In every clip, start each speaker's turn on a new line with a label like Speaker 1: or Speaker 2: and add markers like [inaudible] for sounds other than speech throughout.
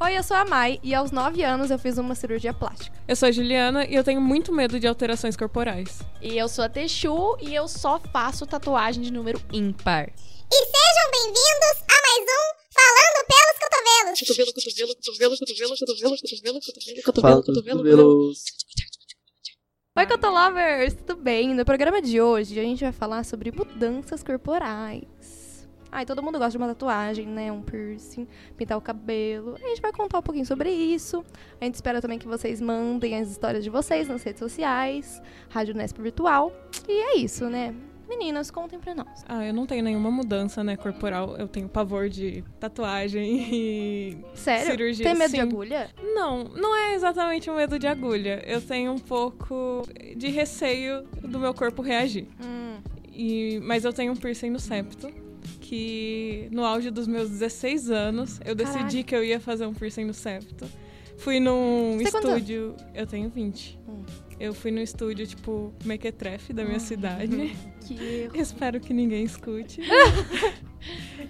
Speaker 1: Oi, eu sou a Mai e aos 9 anos eu fiz uma cirurgia plástica.
Speaker 2: Eu sou a Juliana e eu tenho muito medo de alterações corporais.
Speaker 3: E eu sou a Texu e eu só faço tatuagem de número um. ímpar.
Speaker 4: E sejam bem-vindos a mais um Falando pelos Cotovelos.
Speaker 3: Cotovelo, cotovelo, cotovelo, cotovelo, cotovelo, cotovelo, cotovelo,
Speaker 5: Fala cotovelos.
Speaker 1: Oi, Cotolovers! Tudo bem? No programa de hoje a gente vai falar sobre mudanças corporais. Ai, todo mundo gosta de uma tatuagem, né? Um piercing, pintar o cabelo. A gente vai contar um pouquinho sobre isso. A gente espera também que vocês mandem as histórias de vocês nas redes sociais, Rádio Nesp Virtual. E é isso, né? Meninas, contem pra nós.
Speaker 2: Ah, eu não tenho nenhuma mudança, né, corporal. Eu tenho pavor de tatuagem [laughs] e.
Speaker 1: Sério?
Speaker 2: Cirurgia,
Speaker 1: Tem medo de
Speaker 2: sim.
Speaker 1: agulha?
Speaker 2: Não, não é exatamente um medo de agulha. Eu tenho um pouco de receio do meu corpo reagir.
Speaker 1: Hum.
Speaker 2: E- mas eu tenho um piercing no septo. Que no auge dos meus 16 anos, eu decidi
Speaker 1: Caralho.
Speaker 2: que eu ia fazer um piercing no septo. Fui num
Speaker 1: Você tem quantos
Speaker 2: estúdio. Eu tenho 20.
Speaker 1: Hum. Ah.
Speaker 2: Eu fui num estúdio, tipo, mequetrefe da minha cidade.
Speaker 1: [laughs] Que
Speaker 2: Espero que ninguém
Speaker 1: [laughs]
Speaker 2: escute.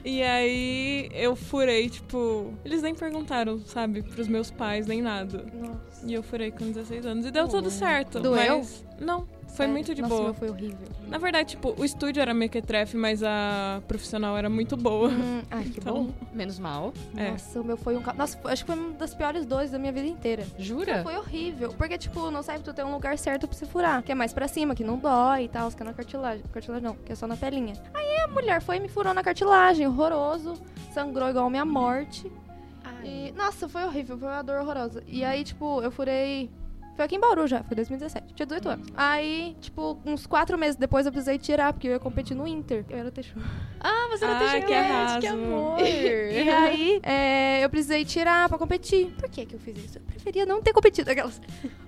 Speaker 2: e aí eu furei, tipo. Eles nem perguntaram, sabe, pros meus pais, nem nada.
Speaker 1: Nossa.
Speaker 2: E eu furei com 16 anos. E deu tudo certo.
Speaker 1: Doeu?
Speaker 2: Mas não, foi muito de
Speaker 1: É, Nossa, o
Speaker 2: boa.
Speaker 1: meu foi horrível.
Speaker 2: Na verdade, tipo, o estúdio era mequetrefe, mas a profissional era
Speaker 1: [laughs]
Speaker 2: muito boa.
Speaker 1: Hum, ai, que
Speaker 2: Então,
Speaker 1: bom.
Speaker 3: Menos mal.
Speaker 2: é.
Speaker 1: Nossa, o meu foi um. ca- Nossa, foi- acho que foi uma das piores dores da minha vida inteira.
Speaker 3: Jura?
Speaker 1: Foi horrível. Porque, tipo, não sabe tu ter um lugar certo pra se furar. Que é mais pra cima, que não dói e tal, que é na cartilagem. Cartilagem não, que é só na pelinha. Aí a mulher foi e me furou na cartilagem, horroroso. Sangrou igual a minha morte. E, nossa, foi horrível, foi uma dor horrorosa. E aí, tipo, eu furei. Foi aqui em Bauru já, foi 2017, tinha 18 anos. Aí, tipo, uns 4 meses depois eu precisei tirar, porque eu ia competir no Inter. Eu era textura.
Speaker 3: Ah, você
Speaker 2: Ah,
Speaker 3: não tem
Speaker 2: que
Speaker 3: gilete, que
Speaker 2: arraso.
Speaker 3: amor.
Speaker 1: [laughs] E aí, é, eu precisei tirar pra competir. Por que que eu fiz isso? Eu preferia não ter competido aquelas.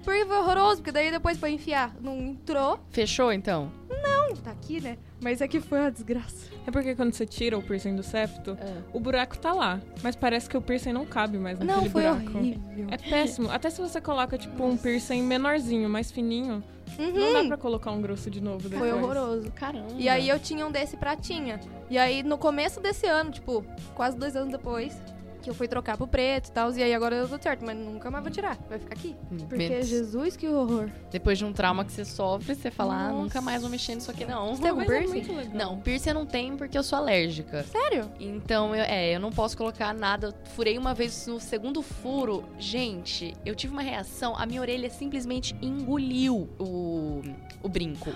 Speaker 1: Porque foi horroroso, porque daí depois pra enfiar não entrou.
Speaker 3: Fechou, então?
Speaker 1: Não, tá aqui, né? Mas aqui foi uma desgraça.
Speaker 2: É porque quando você tira o piercing do septo, o buraco tá lá. Mas parece que o piercing não cabe mais naquele
Speaker 1: É. Não, foi
Speaker 2: buraco.
Speaker 1: horrível.
Speaker 2: É péssimo. Até se você coloca, tipo, um piercing menorzinho, mais fininho, não dá
Speaker 1: Uhum.
Speaker 2: pra colocar um grosso de novo depois.
Speaker 1: Foi horroroso.
Speaker 3: Caramba.
Speaker 1: E aí eu tinha um desse pratinha. E aí no começo desse ano, tipo, quase dois anos depois, que eu fui trocar pro preto e tal. E aí agora eu tô certo, mas nunca mais vou tirar. Vai ficar aqui. Porque
Speaker 3: Hum.
Speaker 1: é
Speaker 3: Menos.
Speaker 1: Jesus, que horror.
Speaker 3: Depois de um trauma que você sofre, você fala, ah,
Speaker 1: Nossa.
Speaker 3: nunca mais vou mexer nisso aqui, não.
Speaker 1: Você tem algum
Speaker 2: Mas é
Speaker 1: piercing?
Speaker 2: muito legal.
Speaker 3: Não, piercing eu não tenho porque eu sou alérgica.
Speaker 1: Sério?
Speaker 3: Então, eu, é, eu não posso colocar nada. Eu Furei uma vez no segundo furo. Gente, eu tive uma reação. A minha orelha simplesmente engoliu o, o brinco.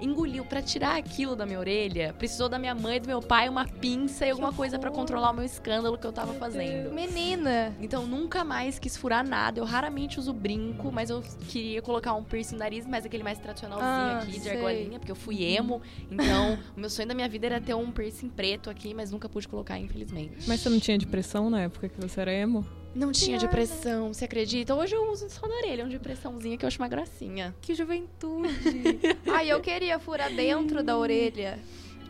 Speaker 3: Engoliu. Pra tirar aquilo da minha orelha, precisou da minha mãe, e do meu pai, uma pinça e alguma coisa pra
Speaker 1: horror.
Speaker 3: controlar o meu escândalo que eu tava fazendo.
Speaker 1: Menina.
Speaker 3: Então, nunca mais quis furar nada. Eu raramente uso brinco, mas eu queria colocar um piercing no nariz, mas aquele mais tradicionalzinho
Speaker 1: Ah,
Speaker 3: aqui, de
Speaker 1: sei.
Speaker 3: argolinha, porque eu fui emo. Então, o meu sonho da minha vida era ter um piercing preto aqui, mas nunca pude colocar, infelizmente.
Speaker 2: Mas você não tinha depressão na época que você era emo?
Speaker 3: Não tinha
Speaker 1: Pior, né?
Speaker 3: depressão, você acredita? Hoje eu uso só na orelha, uma depressãozinha que eu acho uma gracinha.
Speaker 1: Que juventude. [laughs] Ai, eu queria furar dentro da orelha.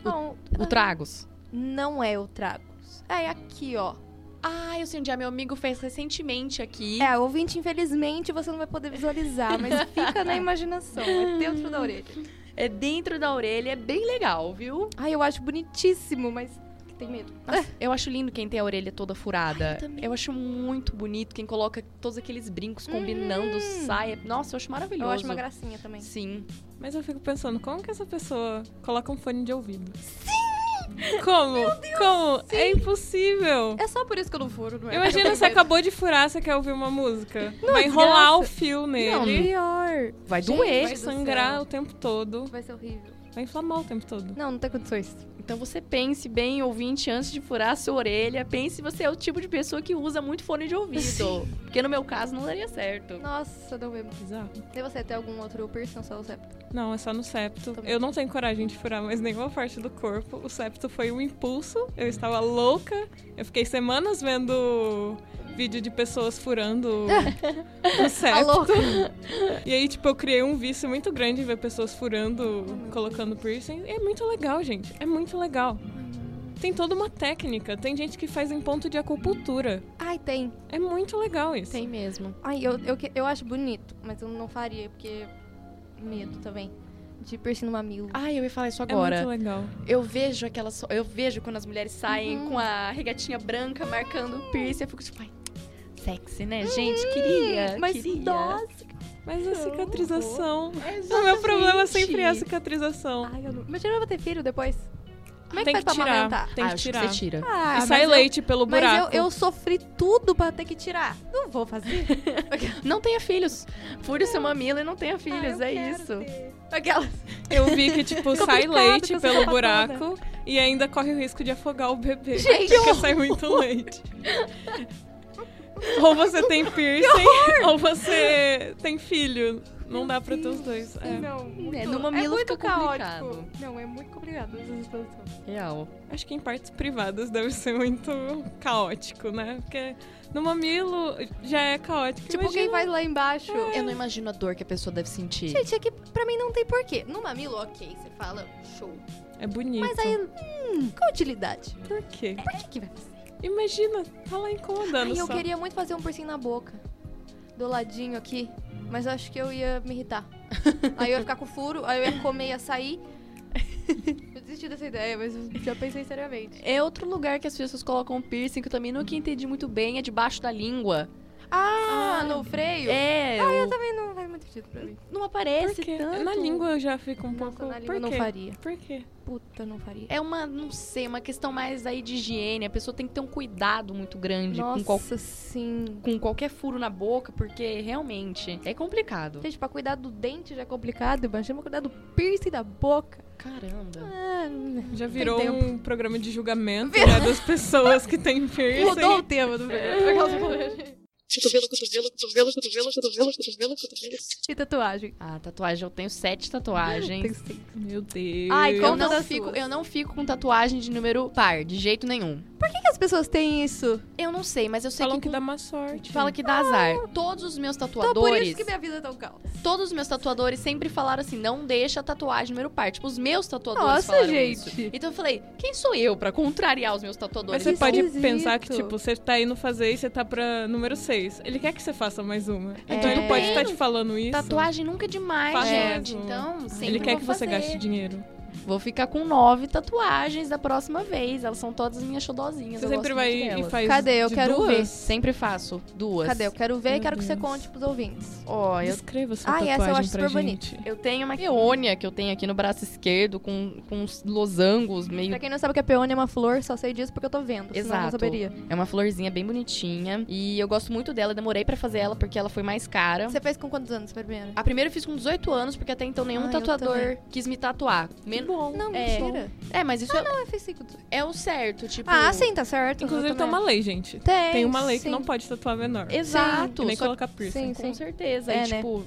Speaker 1: Não,
Speaker 3: O Tragos.
Speaker 1: não é o Tragos. É aqui, ó.
Speaker 3: Ah, eu sei onde é. Meu amigo fez recentemente aqui.
Speaker 1: É, ouvinte, infelizmente você não vai poder visualizar, [laughs] mas fica na imaginação. É dentro da orelha.
Speaker 3: É dentro da orelha, é bem legal, viu?
Speaker 1: Ai, eu acho bonitíssimo, mas tem medo.
Speaker 3: É. Eu acho lindo quem tem a orelha toda furada.
Speaker 1: eu também.
Speaker 3: eu, acho muito bonito quem coloca todos aqueles brincos combinando, saia. Nossa, Hum. eu acho maravilhoso.
Speaker 1: Eu acho uma gracinha também.
Speaker 3: Sim.
Speaker 2: Mas eu fico pensando, como que essa pessoa coloca um fone de ouvido? Sim! Como? como? É impossível!
Speaker 1: É só por isso que eu não furo, não é?
Speaker 2: Imagina,
Speaker 1: Eu
Speaker 2: você
Speaker 1: tenho medo.
Speaker 2: acabou de furar, você quer ouvir uma música. vai enrolar
Speaker 1: desgraça.
Speaker 2: o fio
Speaker 3: Não,
Speaker 2: nele,
Speaker 1: Pior.
Speaker 3: Vai
Speaker 1: Gente,
Speaker 3: doer.
Speaker 2: vai
Speaker 1: do céu.
Speaker 2: sangrar o tempo todo,
Speaker 1: Vai ser horrível.
Speaker 2: vai inflamar o tempo todo.
Speaker 1: Não, não tem condições.
Speaker 3: Então você pense bem, ouvinte, antes de furar a sua orelha. Pense se você é o tipo de pessoa que usa muito fone de ouvido. Porque no meu caso não daria certo.
Speaker 1: Nossa, não mesmo.
Speaker 2: Bizarro.
Speaker 1: E você tem algum outro piercing só o septo?
Speaker 2: Não, é só no septo.
Speaker 1: Também.
Speaker 2: Eu não tenho coragem de furar mais nenhuma parte do corpo. O septo foi um impulso. Eu estava louca. Eu fiquei semanas vendo vídeo de pessoas furando o septo.
Speaker 1: Alô?
Speaker 2: E aí, tipo, eu criei um vício muito grande em ver pessoas furando,
Speaker 1: meu
Speaker 2: colocando piercing. E é muito legal, gente. É muito legal. Tem toda uma técnica. Tem gente que faz em ponto de acupuntura.
Speaker 1: Ai, tem.
Speaker 2: É muito legal isso.
Speaker 3: Tem mesmo.
Speaker 1: Ai, eu, eu, que- eu acho bonito, mas eu não faria, porque medo também. De piercing no mamilo.
Speaker 3: Ah, eu ia falar isso
Speaker 2: É
Speaker 3: agora.
Speaker 2: muito legal.
Speaker 3: Eu vejo aquelas. Uhum. Eu vejo quando as mulheres saem com a regatinha branca marcando o piercing. Eu fico tipo, ai. sexy, né, gente? Queria.
Speaker 1: Mas
Speaker 3: queria. Ah,
Speaker 1: idosa.
Speaker 2: Mas a cicatrização. O meu
Speaker 3: Exatamente.
Speaker 2: problema sempre é a cicatrização.
Speaker 1: Ai, eu não... Imagina eu vou ter filho depois. Como é que
Speaker 2: tem
Speaker 1: faz
Speaker 2: que
Speaker 1: pra
Speaker 2: tirar.
Speaker 1: amamentar?
Speaker 2: Tem
Speaker 3: ah,
Speaker 2: que
Speaker 3: acho
Speaker 2: tirar.
Speaker 3: que você tira.
Speaker 1: Ah,
Speaker 2: E sai
Speaker 1: mas eu-
Speaker 2: leite pelo
Speaker 1: Mas eu,
Speaker 2: buraco.
Speaker 1: eu sofri tudo pra ter que tirar. Não vou
Speaker 2: [laughs]
Speaker 1: fazer.
Speaker 3: Não tenha filhos. Fure o seu mamilo e não tenha filhos.
Speaker 1: Ah,
Speaker 3: é
Speaker 1: eu quero
Speaker 3: isso.
Speaker 1: ter.
Speaker 3: Aquela.
Speaker 2: Eu vi que, tipo, sai
Speaker 1: Complicado com
Speaker 2: leite
Speaker 1: essa
Speaker 2: pelo
Speaker 1: sapatada.
Speaker 2: buraco e ainda corre o risco de afogar o bebê.
Speaker 1: Gente,
Speaker 2: porque sai muito leite. ou você tem
Speaker 1: [laughs]
Speaker 2: piercing, ou você tem filho. Não dá pra ter os dois. É.
Speaker 1: Não, muito,
Speaker 3: no mamilo
Speaker 1: é muito
Speaker 3: fica complicado.
Speaker 1: caótico. Não, é muito complicado essa situação.
Speaker 3: Real.
Speaker 2: Acho que em partes privadas deve ser muito caótico, né? Porque no mamilo já é caótico.
Speaker 1: Tipo, quem vai lá embaixo.
Speaker 3: Eu não imagino a dor que a pessoa deve sentir.
Speaker 1: Gente, é que pra mim não tem porquê. No mamilo, ok, você fala, show.
Speaker 2: É bonito.
Speaker 1: Mas aí, hum, qual a utilidade?
Speaker 2: Por quê?
Speaker 1: Por que que vai fazer?
Speaker 2: Imagina, tá lá incomodando
Speaker 1: Ai, eu
Speaker 2: só.
Speaker 1: queria muito fazer um piercing na boca. Do ladinho aqui. Mas eu acho que eu ia me irritar. aí eu ia ficar com furo, aí eu ia comer, ia sair. Eu desisti dessa ideia, mas eu já pensei seriamente.
Speaker 3: É outro lugar que as pessoas colocam um piercing, que eu também nunca entendi muito bem, é debaixo da língua.
Speaker 1: Ah, no freio?
Speaker 3: É,
Speaker 1: Ah, eu
Speaker 3: o-
Speaker 1: também não faz muito sentido pra mim.
Speaker 3: não
Speaker 2: Por
Speaker 3: aparece
Speaker 2: quê?
Speaker 3: tanto.
Speaker 2: Na língua eu já fico um
Speaker 1: Nossa,
Speaker 2: pouco.
Speaker 1: na língua
Speaker 2: Por
Speaker 1: eu não
Speaker 2: quê?
Speaker 1: faria.
Speaker 2: Por quê?
Speaker 1: Puta, eu não faria.
Speaker 3: É uma, não sei, uma questão mais aí de higiene. A pessoa tem que ter um cuidado muito grande
Speaker 1: Nossa,
Speaker 3: É, com, qual-
Speaker 1: sim.
Speaker 3: com qualquer furo na boca, porque realmente é complicado.
Speaker 1: Gente, pra cuidar do dente já é complicado. Imagina cuidar do piercing da boca.
Speaker 3: Caramba.
Speaker 1: Ah, não.
Speaker 2: Já virou
Speaker 1: tempo.
Speaker 2: um programa de julgamento né, das pessoas que têm piercing.
Speaker 1: Mudou o tema do programa.
Speaker 3: Cotovelo, cotovelo, cotovelo, cotovelo, cotovelo, cotovelo, cotovelo.
Speaker 1: E tatuagem.
Speaker 3: Ah, tatuagem. Eu tenho sete tatuagens.
Speaker 1: Tem sim.
Speaker 2: Meu Deus.
Speaker 1: Ai,
Speaker 3: Eu
Speaker 1: como-
Speaker 3: não,
Speaker 1: das
Speaker 3: fico,
Speaker 1: suas.
Speaker 3: eu não fico com tatuagem de número par, de jeito nenhum.
Speaker 1: Por que as pessoas têm isso?
Speaker 3: Eu não sei, mas eu sei
Speaker 2: Falam que
Speaker 3: que,
Speaker 2: dá má sorte.
Speaker 3: fala que dá azar. Todos os meus
Speaker 1: Então, por isso
Speaker 3: tatuadores,
Speaker 1: que minha vida é tão calma.
Speaker 3: todos os meus tatuadores sempre falaram assim, não deixa a tatuagem número par. Tipo, os meus tatuadores
Speaker 1: Nossa,
Speaker 3: falaram
Speaker 1: gente.
Speaker 3: isso. Então eu falei, quem sou eu pra contrariar os meus
Speaker 2: Mas
Speaker 3: tatuadores?
Speaker 2: você
Speaker 1: Que
Speaker 2: pode
Speaker 1: esquisito.
Speaker 2: pensar que, tipo, você tá indo fazer e você tá pra número 6. Ele quer que você faça mais uma. Então ele
Speaker 1: tudo
Speaker 2: pode
Speaker 1: bem.
Speaker 2: estar te falando isso.
Speaker 3: Tatuagem nunca é demais,
Speaker 2: Faz
Speaker 3: gente.
Speaker 2: mesmo.
Speaker 3: Então, sempre
Speaker 2: ele quer
Speaker 3: vou
Speaker 2: que você
Speaker 3: fazer.
Speaker 2: gaste dinheiro.
Speaker 3: Vou ficar com nove tatuagens da próxima vez. Elas são todas minhas xodozinhas.
Speaker 2: Você
Speaker 3: eu
Speaker 2: sempre
Speaker 3: gosto
Speaker 2: vai
Speaker 3: muito
Speaker 2: e
Speaker 3: delas.
Speaker 2: faz.
Speaker 1: Cadê? Eu
Speaker 2: de
Speaker 1: quero
Speaker 2: duas?
Speaker 1: ver.
Speaker 3: Sempre faço. Duas.
Speaker 1: Cadê? Eu quero ver e
Speaker 2: Meu
Speaker 1: quero que você
Speaker 2: Deus.
Speaker 1: conte pros ouvintes.
Speaker 3: Ó, eu
Speaker 2: Escreva sua
Speaker 1: Ah, essa
Speaker 2: tatuagem
Speaker 1: eu acho
Speaker 2: pra
Speaker 1: super bonita.
Speaker 2: gente.
Speaker 3: Eu tenho uma peônia que eu tenho aqui no braço esquerdo com, com uns losangos meio.
Speaker 1: Pra quem não sabe o que a peônia é uma flor, só sei disso porque eu tô vendo. Senão eu
Speaker 3: Exato.
Speaker 1: não saberia.
Speaker 3: É uma florzinha bem bonitinha. E eu gosto muito dela. Demorei pra fazer ela porque ela foi mais cara.
Speaker 1: Você fez com quantos anos primeiro?
Speaker 3: A primeira eu fiz com 18 anos, porque até então nenhum
Speaker 1: Ah, eu
Speaker 3: tatuador
Speaker 1: também.
Speaker 3: quis me tatuar. Menos.
Speaker 1: Não,
Speaker 3: É.
Speaker 1: mentira.
Speaker 3: É, mas isso é,
Speaker 1: Ah, eu fiz cinco.
Speaker 3: é o certo, tipo.
Speaker 1: Ah, sim, tá certo.
Speaker 2: Inclusive,
Speaker 1: Eu
Speaker 2: tem
Speaker 1: também
Speaker 2: uma
Speaker 1: acho.
Speaker 2: lei, gente.
Speaker 1: Tem,
Speaker 2: Tem uma lei que
Speaker 1: sim.
Speaker 2: não pode tatuar menor.
Speaker 3: Exato.
Speaker 2: Que nem
Speaker 3: só-
Speaker 2: colocar piercing.
Speaker 1: Sim,
Speaker 3: com certeza.
Speaker 1: É,
Speaker 3: e,
Speaker 1: né? [laughs]
Speaker 3: tipo.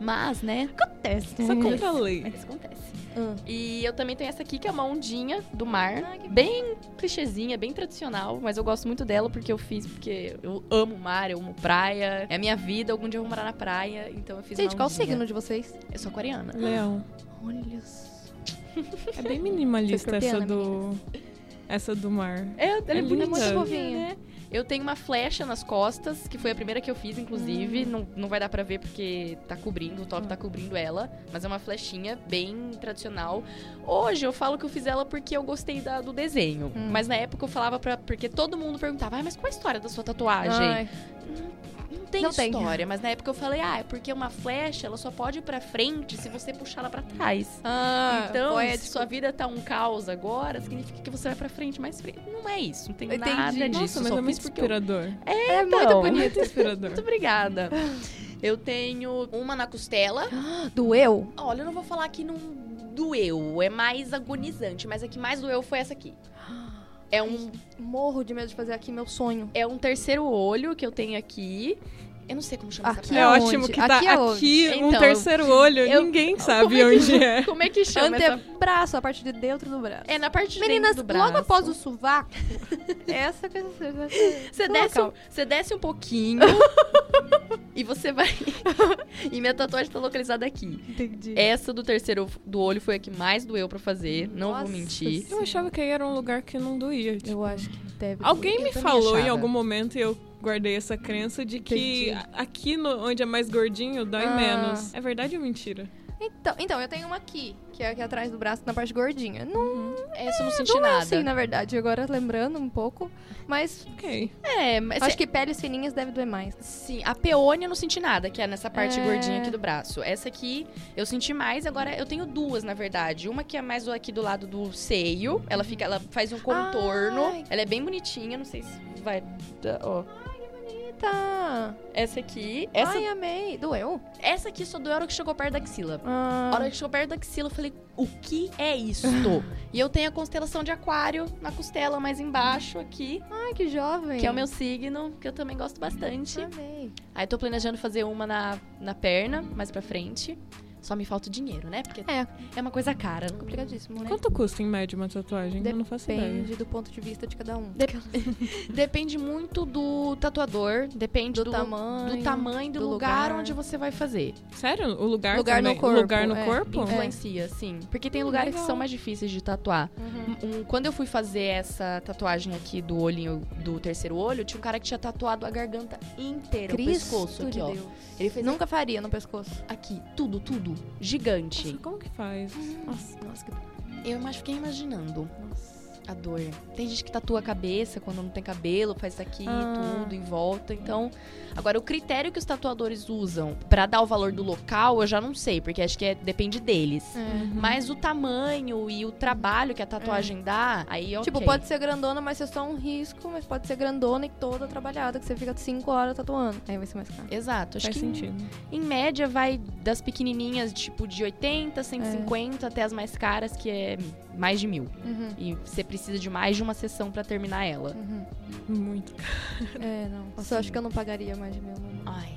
Speaker 3: mas, né?
Speaker 1: Acontece.
Speaker 2: Só contra a
Speaker 1: é
Speaker 2: lei.
Speaker 3: Mas acontece.
Speaker 1: Hum.
Speaker 3: E eu também tenho essa aqui, que é uma ondinha do mar.
Speaker 1: Ah, que
Speaker 3: bem clichêzinha, bem tradicional, mas eu gosto muito dela porque eu fiz, porque eu amo mar, eu amo praia. É a minha vida, algum dia eu vou morar na praia, então eu fiz
Speaker 1: Gente,
Speaker 3: uma
Speaker 1: qual o
Speaker 3: ondinha.
Speaker 1: signo de vocês?
Speaker 3: Eu sou aquariana.
Speaker 2: Leão.
Speaker 1: Olha só.
Speaker 2: É bem minimalista
Speaker 1: Sou
Speaker 2: essa
Speaker 1: escorpiana,
Speaker 2: do. Essa do mar.
Speaker 3: É, ela
Speaker 2: é bonita.
Speaker 3: muito
Speaker 1: Muito
Speaker 3: fofinha,
Speaker 1: fofinha.
Speaker 3: né? Eu tenho uma flecha nas costas, que foi a primeira que eu fiz, inclusive. Não, não vai dar pra ver porque tá cobrindo, o top tá cobrindo ela. Mas é uma flechinha bem tradicional. Hoje eu falo que eu fiz ela porque eu gostei da- do desenho.
Speaker 1: Hum.
Speaker 3: Mas na época eu falava pra. Porque todo mundo perguntava, ah, mas qual a história da sua tatuagem?
Speaker 1: Ai.
Speaker 3: Não tem
Speaker 1: Não tem.
Speaker 3: história, mas na época eu falei, ah, é porque uma flecha, ela só pode ir pra frente se você puxar ela pra trás.
Speaker 1: Ah,
Speaker 3: então, se
Speaker 1: poético.
Speaker 3: sua vida tá um caos agora, significa que você vai pra frente mais frente. Não é isso, não tem
Speaker 1: Entendi.
Speaker 3: nada disso.
Speaker 2: Nossa, mas
Speaker 3: só
Speaker 2: é muito
Speaker 3: fiz porque eu-
Speaker 2: inspirador.
Speaker 1: É
Speaker 3: Então.
Speaker 1: muito bonito.
Speaker 2: Muito
Speaker 3: [laughs]
Speaker 2: inspirador.
Speaker 3: Muito obrigada. Eu tenho uma na costela.
Speaker 1: Ah, Doeu?
Speaker 3: Olha, eu não vou falar que não doeu, é mais agonizante, mas a que mais doeu foi essa aqui. É um,
Speaker 1: Morro de medo de fazer aqui meu sonho.
Speaker 3: é um terceiro olho que eu tenho aqui. Eu não sei como chama essa
Speaker 1: Aqui
Speaker 3: parte.
Speaker 2: é
Speaker 1: aonde?
Speaker 2: ótimo que tá
Speaker 1: Aqui aonde?
Speaker 2: aqui um
Speaker 3: Então,
Speaker 2: terceiro olho,
Speaker 3: eu-
Speaker 2: ninguém
Speaker 3: Como
Speaker 2: sabe
Speaker 3: é que-
Speaker 2: onde é.
Speaker 3: [laughs] Como é que chama essa
Speaker 1: Antebraço, a parte de dentro do braço.
Speaker 3: É na parte de
Speaker 1: Meninas,
Speaker 3: dentro do braço.
Speaker 1: logo após o sovaco, [laughs] essa que você
Speaker 3: Você desce, um, você desce
Speaker 1: [laughs]
Speaker 3: um pouquinho e você vai... [laughs] e minha tatuagem tá localizada aqui.
Speaker 1: Entendi.
Speaker 3: Essa do terceiro do olho foi a que mais doeu pra fazer, não
Speaker 1: Nossa
Speaker 3: vou mentir.
Speaker 2: Eu achava que aí era um lugar que não doía. tipo.
Speaker 1: Eu acho que deve.
Speaker 2: Alguém
Speaker 3: eu
Speaker 2: me
Speaker 3: também
Speaker 2: falou em
Speaker 3: achava.
Speaker 2: algum momento e eu guardei essa crença de que
Speaker 1: Entendi.
Speaker 2: a- aqui no- onde é mais gordinho dói
Speaker 1: Ah.
Speaker 2: menos. É verdade ou mentira?
Speaker 1: Então, então, eu tenho uma aqui, que é aqui atrás do braço, na parte gordinha. Não,
Speaker 3: Essa eu não senti
Speaker 1: não é
Speaker 3: nada.
Speaker 1: assim, na verdade, agora lembrando um pouco. Mas
Speaker 2: Ok.
Speaker 3: É, mas é-
Speaker 1: acho que peles fininhas deve doer mais.
Speaker 3: Sim, a peônia eu não senti nada, que é nessa parte
Speaker 1: É.
Speaker 3: gordinha aqui do braço. Essa aqui eu senti mais, agora eu tenho duas, na verdade. Uma que é mais aqui do lado do seio, ela fica, ela faz um contorno.
Speaker 1: Ai.
Speaker 3: Ela é bem bonitinha, não sei se vai. dar, Ó.
Speaker 1: Eita!
Speaker 3: Essa aqui. Essa,
Speaker 1: Ai, amei. Doeu?
Speaker 3: essa aqui só doeu a hora que chegou perto da axila.
Speaker 1: Ah,
Speaker 3: A hora que chegou perto da axila, eu falei, o que é isto? e eu tenho a constelação de aquário na costela, mais embaixo aqui,
Speaker 1: Ai, que jovem.
Speaker 3: que é o meu signo, que eu também gosto bastante.
Speaker 1: Amei.
Speaker 3: Aí tô planejando fazer uma na, na perna, mais pra frente. Só me falta o dinheiro, né? Porque é, uma coisa cara.
Speaker 1: Complicadíssimo, né?
Speaker 2: Quanto custa em média uma tatuagem? Eu não faço
Speaker 3: né?
Speaker 2: ideia.
Speaker 1: Depende do ponto de vista de cada um.
Speaker 3: [laughs] Depende muito do tatuador, depende
Speaker 1: Do,
Speaker 3: do,
Speaker 1: tamanho.
Speaker 3: do tamanho do,
Speaker 1: do
Speaker 3: lugar,
Speaker 1: lugar.
Speaker 3: onde você vai fazer.
Speaker 2: Sério? O lugar,
Speaker 1: Lugar no
Speaker 2: também?
Speaker 1: corpo,
Speaker 2: Lugar no
Speaker 1: é.
Speaker 2: corpo?
Speaker 3: Influencia, sim. Porque tem lugares que
Speaker 2: legal.
Speaker 3: são mais difíceis de tatuar.
Speaker 1: Uhum.
Speaker 3: Um- um- quando eu fui fazer essa tatuagem aqui do olhinho do terceiro olho, tinha um cara que tinha tatuado a garganta inteira, o pescoço aqui,
Speaker 1: de
Speaker 3: ó.
Speaker 1: Deus.
Speaker 3: Ele fez
Speaker 1: Nunca faria no pescoço.
Speaker 3: aqui, tudo, tudo, gigante.
Speaker 2: Nossa, como que faz? Nossa,
Speaker 1: Nossa, que
Speaker 3: Eu mas fiquei imaginando.
Speaker 2: nossa.
Speaker 3: A dor. Tem gente que tatua a cabeça quando não tem cabelo, faz isso aqui,
Speaker 1: Ah.
Speaker 3: tudo em volta. Então, agora o critério que os tatuadores usam pra dar o valor do local, eu já não sei, porque acho que é- depende deles.
Speaker 2: Uhum.
Speaker 1: é.
Speaker 3: Mas o tamanho e o trabalho que a tatuagem dá, aí Então, ok.
Speaker 1: Tipo, pode ser grandona, mas é só um risco, mas pode ser grandona e toda trabalhada, que você fica 5 horas tatuando. Aí vai ser mais caro.
Speaker 3: Exato, acho
Speaker 2: Faz
Speaker 3: que
Speaker 2: sentido.
Speaker 3: em média vai das pequenininhas, tipo, de 80, 150 até as mais caras, que é mais de mil.
Speaker 1: Uhum.
Speaker 3: E você precisa de mais de uma sessão pra terminar ela.
Speaker 1: Uhum.
Speaker 2: Muito caro.
Speaker 1: É, não. Nossa, eu acho que eu não pagaria mais de mil. não.
Speaker 3: Ai.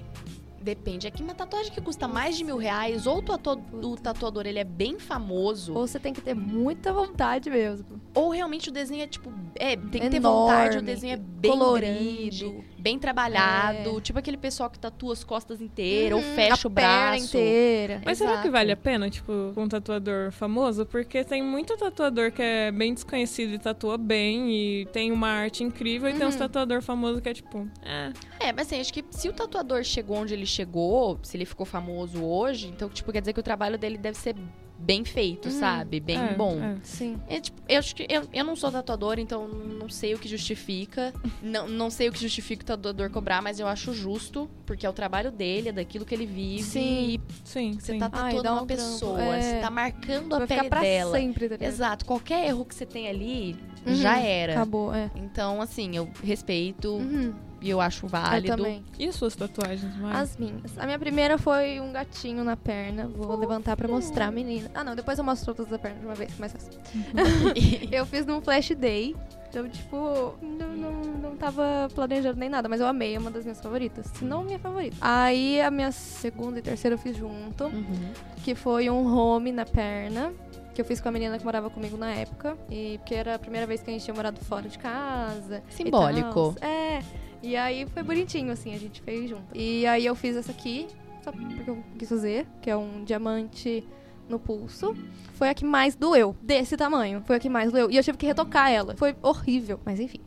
Speaker 3: Depende. É que uma tatuagem que custa mais de mil reais, ou o, tatua- o tatuador ele é bem famoso, ou,
Speaker 1: Ou você tem que ter muita vontade mesmo.
Speaker 3: realmente o desenho é tipo. É, tem que ter
Speaker 1: Enorme,
Speaker 3: vontade, o desenho é bem
Speaker 1: colorido. Uhum.
Speaker 3: grande, bem trabalhado. Tipo aquele pessoal que tatua as costas inteiras, ou
Speaker 1: Uhum,
Speaker 3: fecha
Speaker 1: a
Speaker 3: o braço.
Speaker 1: perna inteira.
Speaker 2: Mas será que
Speaker 3: Exato.
Speaker 2: vale a pena, tipo, com um tatuador famoso? Porque tem muito tatuador que é bem desconhecido e tatua bem e tem uma arte incrível, e tem uns
Speaker 1: Uhum.
Speaker 2: tatuador famoso que é tipo, ah,
Speaker 3: É, mas assim, acho que se o tatuador chegou onde ele chegou, se ele ficou famoso hoje, então, tipo, quer dizer que o trabalho dele deve ser bem feito,
Speaker 1: Uhum.
Speaker 3: sabe? Bem
Speaker 2: é,
Speaker 3: bom.
Speaker 2: é.
Speaker 1: Sim.
Speaker 3: É, tipo, eu acho que eu, eu não sou tatuadora, então não sei o
Speaker 1: [laughs]
Speaker 3: que justifica. não, não sei o que justifica o tatuador cobrar, mas eu acho justo, porque é o trabalho dele, é daquilo que ele vive.
Speaker 1: Sim.
Speaker 3: E
Speaker 2: Sim,
Speaker 3: você
Speaker 2: sim.
Speaker 3: tá
Speaker 1: Ai,
Speaker 3: tatuando
Speaker 1: dá
Speaker 3: uma
Speaker 1: um trampo,
Speaker 3: pessoa,
Speaker 1: é.
Speaker 3: você tá marcando a
Speaker 1: Vai
Speaker 3: pele
Speaker 1: ficar pra
Speaker 3: dela.
Speaker 1: sempre, tá ligado?
Speaker 3: Exato, qualquer erro que você tem ali
Speaker 1: Uhum,
Speaker 3: já era.
Speaker 1: Acabou, é.
Speaker 3: Então, assim, eu respeito
Speaker 1: Uhum,
Speaker 3: e eu acho válido.
Speaker 1: Eu
Speaker 3: [laughs]
Speaker 1: também.
Speaker 2: E as suas tatuagens,
Speaker 3: É.
Speaker 2: Mari?
Speaker 1: As minhas. A minha primeira foi um gatinho na perna. Vou levantar pra mostrar a menina. Ah, não. Depois eu mostro todas da perna de uma vez. Mas é [laughs] eu fiz num flash day. Então, tipo, não, não, não tava planejando nem nada. Mas eu amei. É uma das minhas favoritas. Se não, minha favorita. Aí, a minha segunda e terceira eu fiz junto.
Speaker 3: Uhum.
Speaker 1: Que foi um home na perna. Que eu fiz com a menina que morava comigo na época. E porque era a primeira vez que a gente tinha morado fora de casa. e
Speaker 3: Simbólico.
Speaker 1: tals. Então, É. E aí foi bonitinho, assim, a gente fez junto. E aí eu fiz essa aqui, só porque eu quis fazer, que é um diamante no pulso. Foi a que mais doeu, desse tamanho. Foi a que mais doeu. E eu tive que retocar ela. Foi horrível, mas enfim.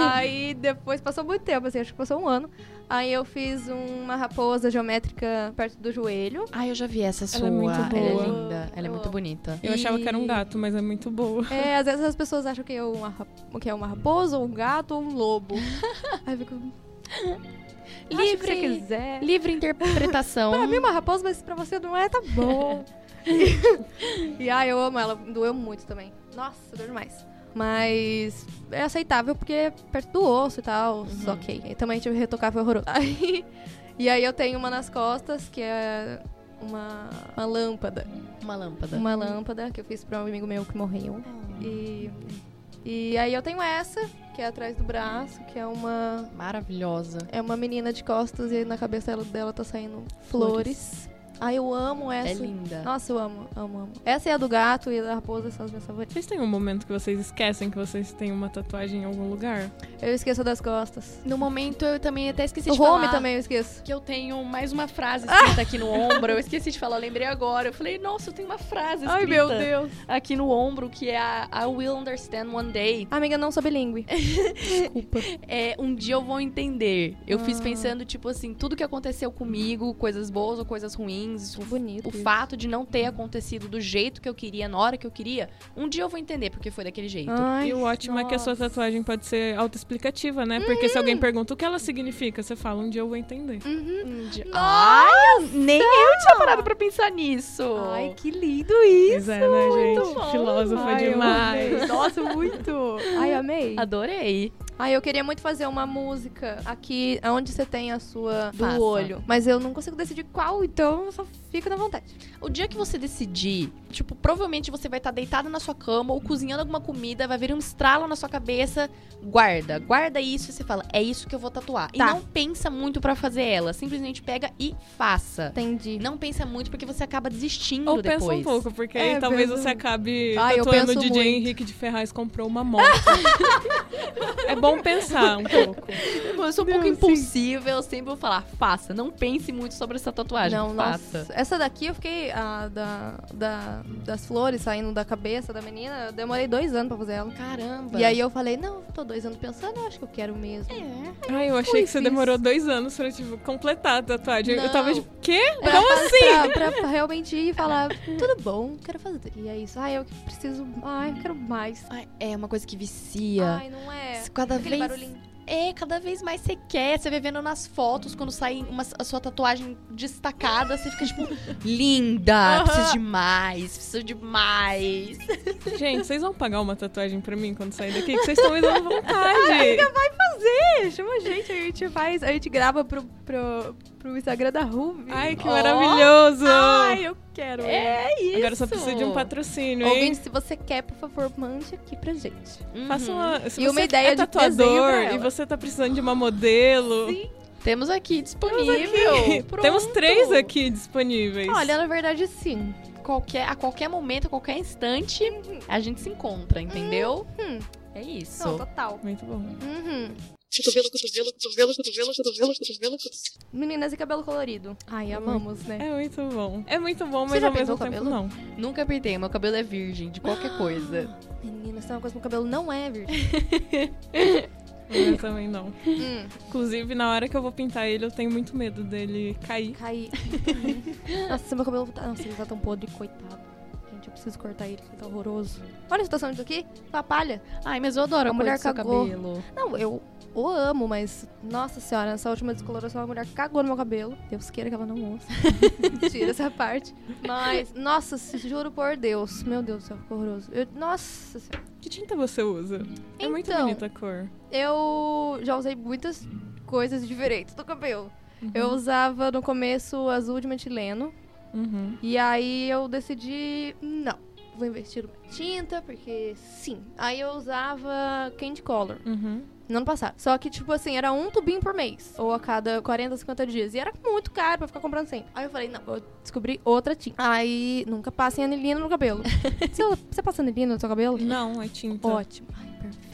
Speaker 1: aí depois passou muito tempo, assim, acho que passou um ano. Aí eu fiz uma raposa geométrica perto do
Speaker 3: [laughs]
Speaker 1: joelho.
Speaker 3: Ah, eu já vi essa sua.
Speaker 2: Ela é muito
Speaker 3: Ela
Speaker 2: boa.
Speaker 3: é linda. Ela é
Speaker 1: Eu
Speaker 3: muito
Speaker 1: amo.
Speaker 3: bonita.
Speaker 2: Eu achava que era um
Speaker 1: e-
Speaker 2: gato, mas é muito boa.
Speaker 1: É, às vezes as pessoas acham que é uma, rap- que é uma raposa, ou um gato, ou um lobo. Aí eu fico. Livre! que você
Speaker 3: Livre,
Speaker 1: quiser.
Speaker 3: livre interpretação.
Speaker 1: Pra mim, uma raposa, mas pra você não é, tá [laughs] bom. e ai, eu amo ela. Doeu muito também. Nossa, doeu demais. Mas é aceitável porque é perto do osso e tal. Só ok. E também tive que retocar, foi horroroso. [laughs] Aí, e aí eu tenho uma nas costas, que é uma, uma lâmpada.
Speaker 3: [laughs] Uma lâmpada. Hum.
Speaker 1: Uma lâmpada que eu fiz pra um amigo meu que morreu. E, e aí eu tenho essa, que é atrás do braço, que é uma
Speaker 3: Maravilhosa.
Speaker 1: é uma menina de costas e na cabeça dela, dela tá saindo flores. Ai, eu amo
Speaker 3: É
Speaker 1: essa.
Speaker 3: linda.
Speaker 1: Nossa, eu amo, amo, amo. Essa é a do gato e a da raposa são as minhas favoritas.
Speaker 2: Vocês têm um momento que vocês esquecem que vocês têm uma tatuagem em algum lugar?
Speaker 1: Eu esqueço das costas.
Speaker 3: No momento eu também até esqueci
Speaker 1: o
Speaker 3: de
Speaker 1: home
Speaker 3: falar.
Speaker 1: também eu esqueço.
Speaker 3: Que eu tenho mais uma frase escrita aqui no ombro. Eu esqueci de falar, eu lembrei agora. Eu falei, nossa, eu tenho uma frase escrita
Speaker 1: Ai, meu Deus.
Speaker 3: aqui no ombro, que é a I will understand one day.
Speaker 1: Amiga, não sou bilíngue. Desculpa.
Speaker 3: É, um dia eu vou entender. Eu fiz
Speaker 1: Ah.
Speaker 3: pensando, tipo assim, tudo que aconteceu comigo, coisas boas ou coisas ruins, ruins, o
Speaker 1: Bonito.
Speaker 3: o
Speaker 1: isso.
Speaker 3: fato de não ter acontecido do jeito que eu queria, na hora que eu queria, um dia eu vou entender porque foi daquele jeito.
Speaker 1: Ai,
Speaker 2: E o ótimo é que a sua
Speaker 1: nossa.
Speaker 2: tatuagem pode ser autoexplicativa, né? Porque se alguém pergunta o que ela significa, você fala, um dia eu vou entender.
Speaker 3: Um dia-
Speaker 1: Nossa!
Speaker 2: assim.
Speaker 3: Ai, eu- nem eu tinha parado pra pensar nisso.
Speaker 1: Ai, que lindo isso!
Speaker 2: Pois é, né, gente?
Speaker 3: bom.
Speaker 2: Filósofa
Speaker 1: Ai, eu
Speaker 2: demais.
Speaker 1: amei.
Speaker 3: Nossa, muito.
Speaker 1: Ai, amei.
Speaker 3: Adorei.
Speaker 1: Ai, eu queria muito fazer uma música aqui onde você tem a sua do
Speaker 3: Faça.
Speaker 1: olho. Mas eu não consigo decidir qual, então só fica na vontade.
Speaker 3: O dia que você decidir, tipo, provavelmente você vai estar deitado na sua cama ou cozinhando alguma comida, vai vir um estralo na sua cabeça, guarda, guarda isso e você fala, é isso que eu vou tatuar. E
Speaker 1: Tá.
Speaker 3: não pensa muito pra fazer ela, simplesmente pega e faça.
Speaker 1: Entendi.
Speaker 3: Não pensa muito porque você acaba desistindo
Speaker 2: Ou
Speaker 3: depois.
Speaker 2: pensa um pouco, porque
Speaker 1: É,
Speaker 2: aí talvez
Speaker 1: pensa
Speaker 2: você
Speaker 1: muito.
Speaker 2: acabe
Speaker 1: Ai, eu
Speaker 2: tatuando o
Speaker 1: penso
Speaker 2: DJ
Speaker 1: muito.
Speaker 2: Henrique de Ferraz comprou uma moto. [laughs] é bom pensar um pouco.
Speaker 3: Eu sou um pouco impulsiva, eu sempre vou falar, faça. Não pense muito sobre essa
Speaker 2: Ah,
Speaker 3: tatuagem.
Speaker 1: Não,
Speaker 3: faça.
Speaker 1: nossa. Essa daqui eu fiquei. A, da, da- das flores saindo da cabeça da menina. Eu demorei dois anos pra fazer ela.
Speaker 3: Caramba.
Speaker 1: E aí eu falei, não, tô dois anos pensando, eu acho que eu quero mesmo.
Speaker 3: É.
Speaker 2: Ai, eu achei
Speaker 1: Fui,
Speaker 2: que você
Speaker 1: fiz.
Speaker 2: demorou dois anos pra, tipo, completar a tatuagem.
Speaker 1: Não.
Speaker 2: Eu tava tipo, quê?
Speaker 1: É,
Speaker 2: Como
Speaker 1: pra-
Speaker 2: assim?
Speaker 1: Pra, pra realmente ir e falar, tudo bom, quero fazer. E é isso. Ai, eu preciso. Ai, eu quero mais.
Speaker 3: Ai, É uma coisa que vicia.
Speaker 1: Ai, não é.
Speaker 3: cada
Speaker 1: Aquele
Speaker 3: vez.
Speaker 1: barulhinho.
Speaker 3: É, cada vez mais você quer. Você vai vendo nas fotos quando sai uma, a sua tatuagem destacada, você fica [laughs] tipo, linda!
Speaker 2: Aham.
Speaker 3: Preciso de mais, preciso de mais.
Speaker 2: Gente, vocês vão pagar uma tatuagem pra mim quando sair daqui? Que vocês estão me dando vontade.
Speaker 1: É, chama a gente, a gente faz, a gente grava pro, pro, pro Instagram da Ruby.
Speaker 2: Ai, que
Speaker 3: Ó.
Speaker 2: maravilhoso.
Speaker 1: Ai, eu quero.
Speaker 3: É isso.
Speaker 2: Agora só preciso de um patrocínio, hein?
Speaker 1: Alguém, se você quer, por favor, mande aqui pra gente.
Speaker 3: Uhum.
Speaker 2: Faça uma, se
Speaker 1: E uma
Speaker 2: você
Speaker 1: ideia
Speaker 2: é
Speaker 1: de desenho pra
Speaker 2: tatuador
Speaker 1: ela.
Speaker 2: e você tá precisando de uma modelo.
Speaker 3: Temos aqui disponível.
Speaker 2: [laughs]
Speaker 3: Pronto.
Speaker 2: Temos três aqui disponíveis.
Speaker 1: Olha, na verdade, sim.
Speaker 3: Qualquer, a qualquer momento, a qualquer instante, a gente se encontra, entendeu?
Speaker 1: Hum.
Speaker 3: É isso.
Speaker 1: Não, total.
Speaker 2: Muito bom.
Speaker 1: Uhum.
Speaker 3: Cotovelo, cotovelo, cotovelo, cotovelo, cotovelo, cotovelo, cotovelo.
Speaker 1: Meninas e cabelo colorido. Ai, amamos, né?
Speaker 2: É muito bom. É muito bom,
Speaker 1: Você
Speaker 2: mas
Speaker 1: já
Speaker 2: ao
Speaker 1: pintou
Speaker 2: mesmo
Speaker 1: o
Speaker 2: tempo
Speaker 1: cabelo?
Speaker 2: não.
Speaker 3: Nunca pintei, meu cabelo é virgem de qualquer coisa.
Speaker 1: É, Meninas, tem uma coisa com o cabelo não é [laughs] virgem.
Speaker 2: Eu também não.
Speaker 1: Hum,
Speaker 2: Inclusive, na hora que eu vou pintar ele, eu tenho muito medo dele cair.
Speaker 1: caí. Nossa, meu cabelo tá. Nossa, ele tá tão podre, coitado. Gente, eu preciso cortar ele, ele tá horroroso. Olha a situação disso aqui. Tá palha.
Speaker 3: [gasps] Ai, mas eu adoro
Speaker 1: A
Speaker 3: a, cor
Speaker 1: mulher
Speaker 3: do seu
Speaker 1: cagou.
Speaker 3: cabelo.
Speaker 1: Não, eu o amo, mas. Nossa senhora, nessa última descoloração, a mulher cagou no meu cabelo. Deus queira que ela não [laughs] ouça. Tira essa parte. Mas, nossa, se- juro por Deus. Meu Deus do céu, ficou horroroso. Eu- nossa senhora.
Speaker 2: Que tinta você usa? É muito
Speaker 1: Então.
Speaker 2: bonita a cor.
Speaker 1: Eu já usei muitas coisas diferentes do cabelo. Eu usava no começo azul de metileno.
Speaker 2: Uhum.
Speaker 1: E aí eu decidi, não, vou investir numa tinta, porque sim. Aí eu usava candy color
Speaker 2: Uhum.
Speaker 1: no ano passado. Só que, tipo assim, era um tubinho por mês. Ou a cada 40, 50 dias. E era muito caro pra ficar comprando sempre. Aí eu falei, não, eu descobri outra tinta. Aí nunca passem anilina no cabelo. você, você passa anilina no seu cabelo?
Speaker 2: Não, é tinta.
Speaker 1: Ótimo. Ai, perfeito.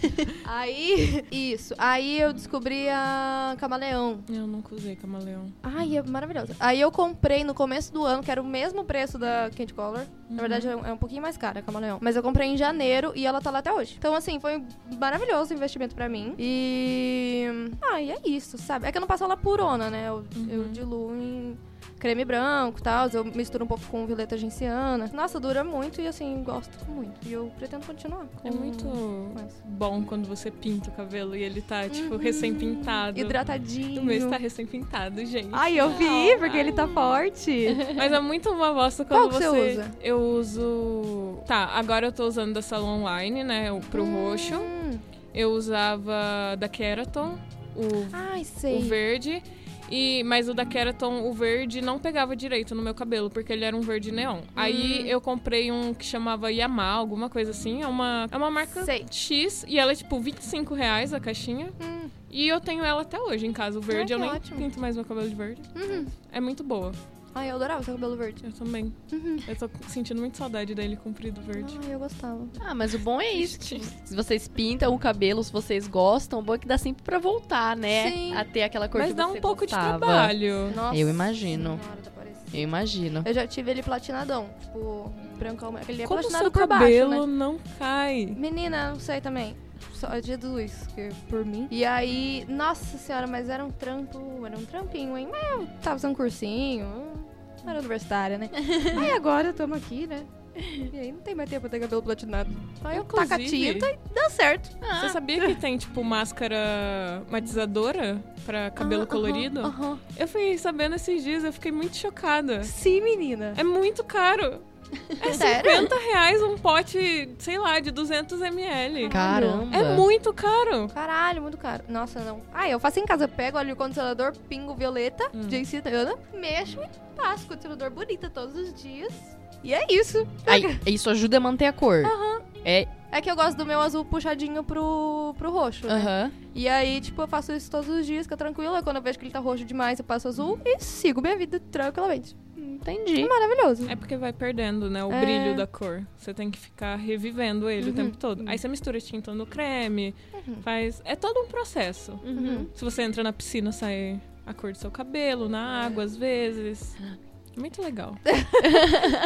Speaker 1: [laughs] Aí, isso. Aí eu descobri a camaleão.
Speaker 2: Eu nunca usei camaleão.
Speaker 1: Ai, é maravilhosa. Aí eu comprei no começo do ano, que era o mesmo preço da Candy Color. Na verdade, é um, é um pouquinho mais cara a camaleão. Mas eu comprei em janeiro e ela tá lá até hoje. Então, assim, foi um maravilhoso investimento pra mim. E. Ai, é isso, sabe? É que eu não passo ela purona, né? Eu, eu diluo em creme branco e tal. Eu misturo um pouco com violeta genciana. Nossa, dura muito e, assim, gosto muito. E eu pretendo continuar.
Speaker 2: É
Speaker 1: com-
Speaker 2: muito
Speaker 1: Mas-
Speaker 2: bom quando você pinta o cabelo e ele tá, tipo,
Speaker 1: Hum.
Speaker 2: recém-pintado.
Speaker 1: Hidratadinho.
Speaker 2: O meu está recém-pintado, gente.
Speaker 1: Ai, eu vi, porque ele tá forte.
Speaker 2: Mas é muito uma bosta
Speaker 1: Qual
Speaker 2: quando
Speaker 1: que
Speaker 2: você.
Speaker 1: você usa?
Speaker 2: Eu uso. Tá, agora eu tô usando da Salon Online, né? O pro roxo.
Speaker 1: Hum.
Speaker 2: Eu usava da Keraton, o,
Speaker 1: Ai,
Speaker 2: o
Speaker 1: sei.
Speaker 2: verde. E, mas o da Keraton, o verde, não pegava direito no meu cabelo, porque ele era um verde neon.
Speaker 1: Hum.
Speaker 2: Aí eu comprei um que chamava Yamal, alguma coisa assim. É uma, é uma marca
Speaker 1: Sei.
Speaker 2: X e ela é tipo 25 reais a caixinha.
Speaker 1: Hum.
Speaker 2: E eu tenho ela até hoje em casa. O verde,
Speaker 1: que
Speaker 2: eu nem
Speaker 1: ótimo.
Speaker 2: pinto mais meu cabelo de verde.
Speaker 1: Uhum.
Speaker 2: É muito boa.
Speaker 1: Ai, eu adorava seu cabelo verde.
Speaker 2: Eu também.
Speaker 1: Uhum.
Speaker 2: Eu tô sentindo muito saudade dele comprido verde.
Speaker 1: Ai, eu gostava.
Speaker 3: [laughs] Ah, mas o bom é isso. tipo, se vocês pintam o cabelo, se vocês gostam, o bom é que dá sempre pra voltar, né?
Speaker 1: Sim.
Speaker 3: A ter aquela cor
Speaker 2: Mas
Speaker 3: que
Speaker 2: dá
Speaker 3: você
Speaker 2: um pouco
Speaker 3: gostava.
Speaker 2: de trabalho.
Speaker 1: Nossa.
Speaker 3: Eu imagino.
Speaker 1: senhora, tá parecendo.
Speaker 3: Eu imagino.
Speaker 1: Eu já tive ele platinadão. Tipo, brancão. Ele é
Speaker 2: Como o
Speaker 1: platinado
Speaker 2: seu
Speaker 1: por
Speaker 2: cabelo
Speaker 1: baixo, né?
Speaker 2: não cai.
Speaker 1: Menina, não sei também. Só é de Jesus, que por mim. E
Speaker 2: [laughs]
Speaker 1: aí, nossa senhora, mas era um trampo, era um trampinho, hein? Mas eu tava fazendo um cursinho. hum, Eu era universitária, né? aí agora estamos aqui, né? E aí não tem mais tempo pra ter cabelo platinado. Só eu taca
Speaker 2: Inclusive-
Speaker 1: tinta e dá certo.
Speaker 2: Você sabia que tem, tipo, máscara matizadora pra cabelo
Speaker 1: Ah, aham,
Speaker 2: colorido?
Speaker 1: aham.
Speaker 2: Eu fui sabendo esses dias, eu fiquei muito chocada.
Speaker 1: Sim, menina.
Speaker 2: É
Speaker 1: [laughs]
Speaker 2: muito caro.
Speaker 1: É sério?
Speaker 2: 50 reais um pote, sei lá, de 200 ml.
Speaker 3: Caramba.
Speaker 2: É muito caro.
Speaker 1: Caralho, muito caro. Nossa, não. Ah, eu faço em casa. Eu pego óleo condicionador, pingo violeta,
Speaker 2: Hum.
Speaker 1: de citana, mexo e passo condicionador bonita todos os dias. E é isso.
Speaker 3: Aí, isso ajuda a manter a cor. É.
Speaker 1: É que eu gosto do meu azul puxadinho pro, pro roxo, né?
Speaker 3: Aham.
Speaker 1: E aí, tipo, eu faço isso todos os dias, que é tranquila. Quando eu vejo que ele tá roxo demais, eu passo azul e sigo minha vida tranquilamente.
Speaker 3: Entendi.
Speaker 1: Maravilhoso.
Speaker 2: É porque vai perdendo, né, o
Speaker 1: É.
Speaker 2: brilho da cor. Você tem que ficar revivendo ele
Speaker 3: Uhum.
Speaker 2: o tempo todo. Aí você mistura tinta no creme, faz... É todo um processo. [laughs]
Speaker 1: Uhum.
Speaker 2: Se você entra na piscina, sai a cor do seu cabelo, na água, às vezes. Muito legal.